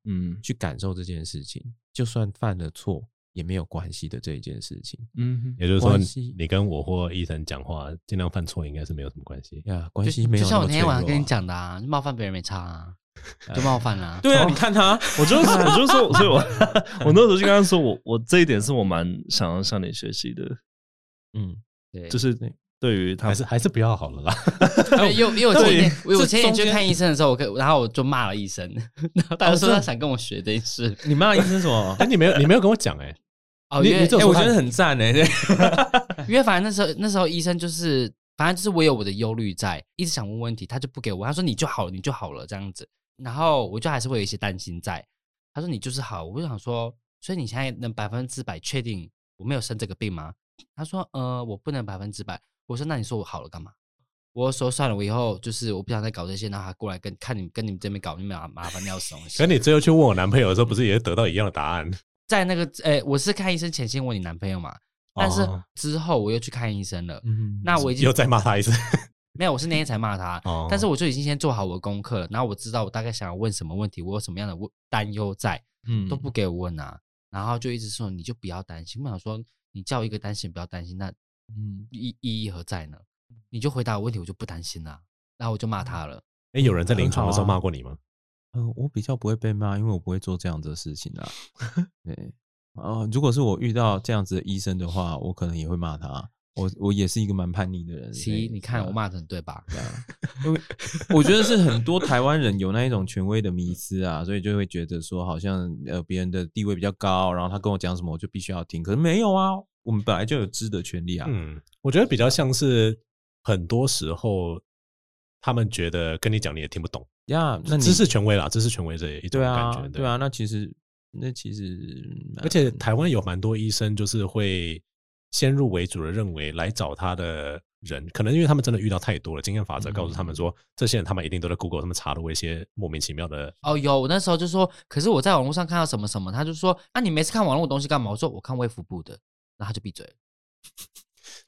Speaker 4: 嗯
Speaker 2: 去感受这件事情，就算犯了错也没有关系的这一件事情
Speaker 4: 嗯
Speaker 3: 也就是说
Speaker 2: 关系，
Speaker 3: 你跟我或医生讲话，尽量犯错，应该是没有什么关系。
Speaker 2: 呀，关
Speaker 1: 就
Speaker 2: 系没有
Speaker 1: 就像
Speaker 2: 那
Speaker 1: 我
Speaker 2: 么
Speaker 1: 那
Speaker 2: 脆
Speaker 1: 天
Speaker 2: 弱啊、
Speaker 1: 晚上跟你讲的啊，冒犯别人没差啊，就冒犯啦、
Speaker 2: 对啊，你看他，
Speaker 4: 我就是，我就说， 所以我我那时候就跟他说，我我这一点是我蛮想要向你学习的，
Speaker 2: 嗯，
Speaker 1: 对，
Speaker 4: 就是对于他
Speaker 3: 还是还是不要好了啦。
Speaker 1: 对因为因为我前几天
Speaker 2: 对
Speaker 1: 我
Speaker 2: 这
Speaker 1: 前几天
Speaker 2: 中
Speaker 1: 去
Speaker 2: 间
Speaker 1: 看医生的时候，我跟然后我就骂了医生， 然后他就说
Speaker 2: 哦
Speaker 1: 他
Speaker 2: 是
Speaker 1: 想跟我学这件事。
Speaker 2: 你骂医生什 么？
Speaker 3: 哎，你没有你没有跟我讲哎，
Speaker 1: 哦，
Speaker 3: 你
Speaker 1: 因为
Speaker 3: 你只有
Speaker 2: 哎、
Speaker 3: 说
Speaker 2: 我
Speaker 3: 他
Speaker 2: 觉得很赞哎、
Speaker 1: 因为反正那时候那时候医生就是，反正就是我有我的忧虑在，一直想问问题，他就不给我，他说你就好了，你就好了这样子。然后我就还是会有一些担心在，他说你就是好，我就想说，所以你现在能百分之百确定我没有生这个病吗？他说呃，我不能百分之百。我说那你说我好了干嘛？我就说算了，我以后就是我不想再搞这些，然后他过来跟看你跟你们这边搞，你们麻麻烦的要死东西
Speaker 3: 可。你最后去问我男朋友的时候，不是也得到一样的答案？
Speaker 1: 在那个呃，我是看医生前先问你男朋友嘛，但是
Speaker 3: 哦
Speaker 1: 之后我又去看医生了。
Speaker 2: 嗯
Speaker 1: 那我已经
Speaker 3: 又再骂他 一次。
Speaker 1: 没有，我是那天才骂他，
Speaker 3: 哦
Speaker 1: 但是我就已经先做好我的功课了，然后我知道我大概想要问什么问题，我有什么样的问担忧在，
Speaker 2: 嗯
Speaker 1: 都不给我问啊，然后就一直说你就不要担心，我想说你叫我一个担心不要担心，那
Speaker 2: 嗯，
Speaker 1: 意意义何在呢？你就回答我问题，我就不担心啦、然后我就骂他了，
Speaker 3: 哎，有人在临床的时候
Speaker 2: 很好啊
Speaker 3: 骂过你吗？
Speaker 2: 呃，我比较不会被骂，因为我不会做这样子的事情啊。对，啊、如果是我遇到这样子的医生的话，我可能也会骂他。我我也是一个蛮叛逆的人。
Speaker 1: 其
Speaker 2: 对
Speaker 1: 你看我。
Speaker 2: 对啊
Speaker 1: 骂的很对吧？
Speaker 2: 因为我觉得是很多台湾人有那一种权威的迷思啊，所以就会觉得说好像呃别人的地位比较高，然后他跟我讲什么我就必须要听。可是没有啊，我们本来就有知的权利啊。
Speaker 3: 嗯，我觉得比较像是很多时候他们觉得跟你讲你也听不懂，
Speaker 2: 呀、那你
Speaker 3: 知识权威啦，知识权威这一种
Speaker 2: 对
Speaker 3: 感觉
Speaker 2: 啊，，对啊，，那其实那其实嗯
Speaker 3: 而且台湾有蛮多医生就是会先入为主的认为来找他的人，可能因为他们真的遇到太多了，经验法则告诉他
Speaker 2: 嗯
Speaker 3: 们说，这些人他们一定都在 Google，他们查了一些莫名其妙的。
Speaker 1: 哦，有，我那时候就说，可是我在网络上看到什么什么，他就说，那、你每次看网络的东西干嘛？我说我看微服部的，然后他就闭嘴了。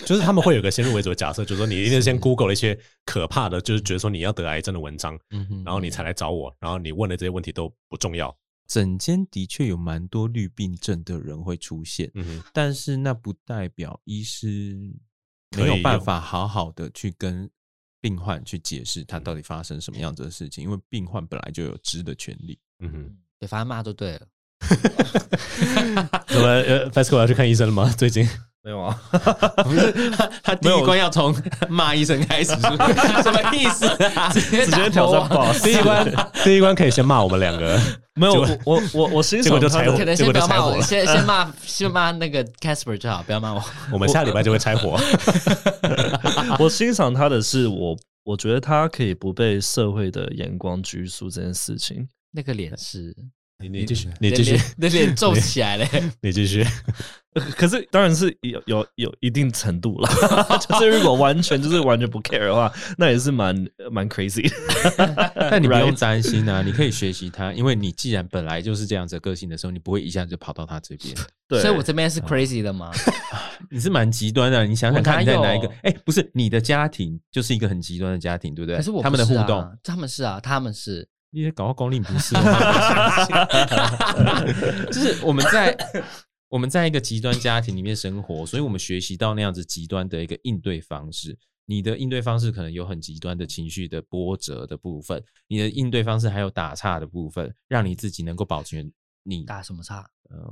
Speaker 3: 就是他们会有个先入为主的假设，就是说你一定先 Google 了一些可怕的，就是觉得说你要得癌症的文章，
Speaker 2: 嗯哼
Speaker 3: 然后你才来找我，然后你问的这些问题都不重要。
Speaker 2: 整间的确有蛮多绿病症的人会出现，
Speaker 3: 嗯哼，
Speaker 2: 但是那不代表医师
Speaker 3: 可以
Speaker 2: 没有办
Speaker 3: 用
Speaker 2: 法好好的去跟病患去解释
Speaker 1: 嗯
Speaker 2: 他到底发生什么样子的事情，因为病患本来就有知的权 利。
Speaker 3: 嗯哼。
Speaker 1: 对，反正骂就对了。
Speaker 3: 怎么呃，Fasco 要去看医生了吗？ 最近
Speaker 4: 没有啊？
Speaker 2: 不是他他第
Speaker 4: 没
Speaker 2: 一
Speaker 4: 有
Speaker 2: 关要从 骂医生开始，是不是什么意思啊？
Speaker 1: 直
Speaker 4: 直接挑战 boss，
Speaker 3: 第一 关，第一关可以先骂我们两个，
Speaker 4: 没有，我我我我欣
Speaker 3: 结果
Speaker 4: 赏
Speaker 3: 就
Speaker 4: 他
Speaker 3: 拆
Speaker 4: 的
Speaker 3: 伙
Speaker 1: 可能先
Speaker 3: 结果
Speaker 1: 不
Speaker 3: 就
Speaker 1: 要
Speaker 3: 拆
Speaker 1: 骂
Speaker 3: 伙
Speaker 1: 我，
Speaker 3: 了
Speaker 1: 先先骂先骂那个 Casper 就好，不要骂我。
Speaker 3: 我 们下礼拜就会拆伙。
Speaker 4: 我欣赏他的是我，我觉得他可以不被社会的眼光拘束这件事情。
Speaker 1: 那个脸是，
Speaker 3: 你你继续，你继
Speaker 1: 那
Speaker 3: 续，
Speaker 1: 脸那脸皱起来了。
Speaker 3: 你继续。
Speaker 4: 呃可是当然是有有有一定程度了， 就是如果完全就是完全不 care 的话，那也是蛮蛮 crazy 的。
Speaker 2: 但你不用
Speaker 4: Right？
Speaker 2: 担心啊，你可以学习他，因为你既然本来就是这样子的个性的时候，你不会一下子就跑到他这 边。
Speaker 4: 对，
Speaker 1: 所以我这边是 crazy 的吗？
Speaker 2: 你是蛮极端的，你想想看你在哪一个
Speaker 1: 我哪？
Speaker 2: 哎、不是你的家庭就是一个很极端的家庭，对不对？
Speaker 1: 可是我
Speaker 2: 他
Speaker 1: 不
Speaker 2: 们的
Speaker 1: 是
Speaker 2: 互
Speaker 1: 啊
Speaker 2: 动，，
Speaker 1: 他们是啊，他们是。
Speaker 2: 你也搞到公令不是？我很不相信 就是我们在我们在一个极端家庭里面生活，所以我们学习到那样子极端的一个应对方式。你的应对方式可能有很极端的情绪的波折的部分，你的应对方式还有打岔的部分，让你自己能够保全你
Speaker 1: 打什么叉？
Speaker 2: 嗯，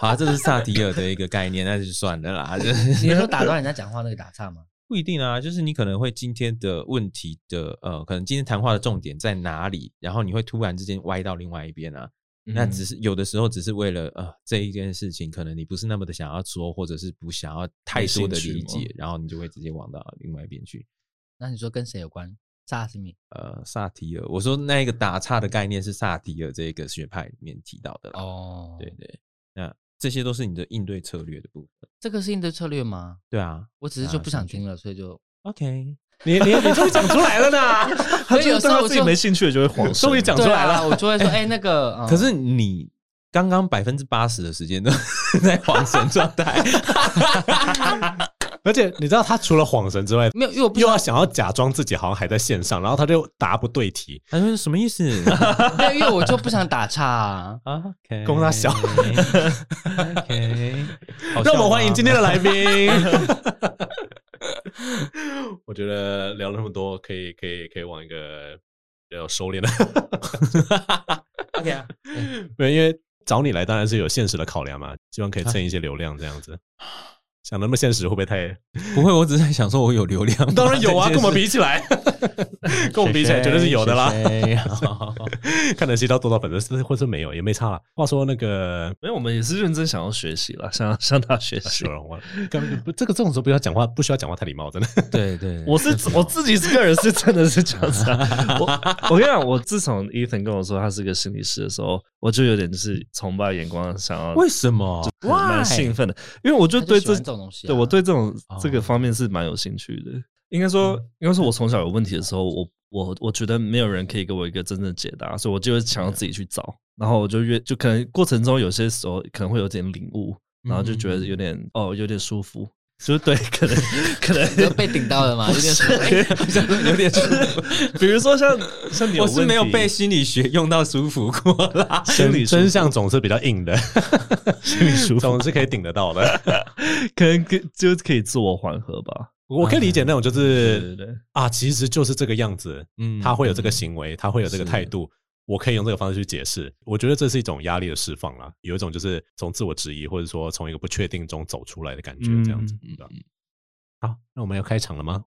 Speaker 2: 好、啊，这是萨提尔的一个概念，那就算了啦。就是
Speaker 1: 你说打断人家讲话那个打岔吗？
Speaker 2: 不一定啊，就是你可能会今天的问题的呃，可能今天谈话的重点在哪里，然后你会突然之间歪到另外一边啊。
Speaker 4: 嗯
Speaker 2: 那只是有的时候只是为了呃这一件事情，可能你不是那么的想要说，或者是不想要太多的理
Speaker 4: 没兴趣
Speaker 2: 解，然后你就会直接往到另外一边去。
Speaker 1: 那你说跟谁有关？萨斯米
Speaker 2: 呃，萨提尔，我说那一个打岔的概念是萨提尔这个学派里面提到的啦。
Speaker 1: 哦，
Speaker 2: 对，对，那这些都是你的应对策略的部分。
Speaker 1: 这个是应对策略吗？
Speaker 2: 对啊
Speaker 1: 我只是就
Speaker 2: 啊
Speaker 1: 不想
Speaker 2: 上去
Speaker 1: 听了，所以就
Speaker 2: ，OK，
Speaker 3: 你你你终于讲出来了呢，
Speaker 4: 他
Speaker 1: 所以
Speaker 4: 就
Speaker 1: 有
Speaker 4: 是
Speaker 1: 时
Speaker 4: 对
Speaker 1: 候
Speaker 4: 他
Speaker 1: 我
Speaker 4: 自己
Speaker 1: 就
Speaker 4: 没兴趣的就会晃神。
Speaker 3: 终于讲出
Speaker 1: 对
Speaker 3: 来了。
Speaker 1: 啊，我就会说，哎，那个，嗯
Speaker 2: 可是你刚刚百分之八十的时间都 在晃神状态，
Speaker 3: 而且你知道，他除了晃神之外，
Speaker 1: 没有，因为我不
Speaker 3: 又要想要假装自己好像还在线上，然后他就答不对题，
Speaker 2: 他说什么意 思
Speaker 1: 没有，因为我就不想打岔啊。
Speaker 2: ？OK，
Speaker 3: 供他小
Speaker 2: OK，好
Speaker 3: 让
Speaker 2: 笑啊
Speaker 3: 我们欢迎
Speaker 2: 吗
Speaker 3: 今天的来 宾。我觉得聊了那么多，可以可以可以往一个比较收敛 的。
Speaker 2: OK 啊。
Speaker 3: 对，因为找你来当然是有现实的考量嘛，希望可以蹭一些流量这样子。想那么现实会不会太？
Speaker 2: 不会，我只是在想说，我有流量吗，
Speaker 3: 当然有啊，
Speaker 2: 这件
Speaker 3: 跟
Speaker 2: 事
Speaker 3: 我们比起 来，跟我们比起来绝对是有的啦。
Speaker 2: 谢谢谢谢好
Speaker 3: 看能吸到多少粉丝，或者没有也没差啦。话说那个
Speaker 4: 没有，我们也是认真想要学习了，想要向他学习
Speaker 3: 是。哦我刚不这个这种时候不要讲话，不需要讲话太礼貌，真的。
Speaker 2: 对对，
Speaker 4: 我是我自己个人是真的是这样 子、啊。我我跟你讲，我自从 Ethan 跟我说他是个心理师的时候，我就有点就是崇拜眼光，想要
Speaker 2: 为什 么？
Speaker 4: 很 蛮兴奋的，因为我就
Speaker 1: 他
Speaker 4: 对
Speaker 1: 喜
Speaker 4: 这
Speaker 1: 欢这种东西啊，
Speaker 4: 对我对这种
Speaker 2: 哦
Speaker 4: 这个方面是蛮有兴趣的。应该说，
Speaker 1: 嗯
Speaker 4: 应该说，我从小有问题的时候，我我我觉得没有人可以给我一个真正的解答，所以我就会想要自己去
Speaker 1: 嗯
Speaker 4: 找。然后我就越就可能过程中有些时候可能会有点领悟，然后就觉
Speaker 1: 嗯
Speaker 4: 得有点、哦有点舒服，就是对，可能可
Speaker 1: 你就
Speaker 4: 能
Speaker 1: 被顶到 了嘛，有点
Speaker 2: 有点舒服，
Speaker 4: 比如说像像你有
Speaker 2: 我是
Speaker 4: 问
Speaker 2: 没有
Speaker 4: 题
Speaker 2: 被心理学用到舒服过啦。
Speaker 4: 心 理
Speaker 3: 真相总是比较硬 的，
Speaker 4: 心理舒 服，
Speaker 3: 总是可以顶得到的。
Speaker 4: 可能可就可以自我缓和吧。
Speaker 3: 我可以理解那种，就
Speaker 4: 对
Speaker 3: 是
Speaker 4: 对对，
Speaker 3: 啊，其实就是这个样子，
Speaker 2: 嗯
Speaker 3: 他会有这个行为，他会有这个态度，我可以用这个方式去解释。我觉得这是一种压力的释放啦，有一种就是从自我质疑，或者说从一个不确定中走出来的感觉，这样子，
Speaker 2: 嗯
Speaker 3: 对吧？好，那我们要开场了吗？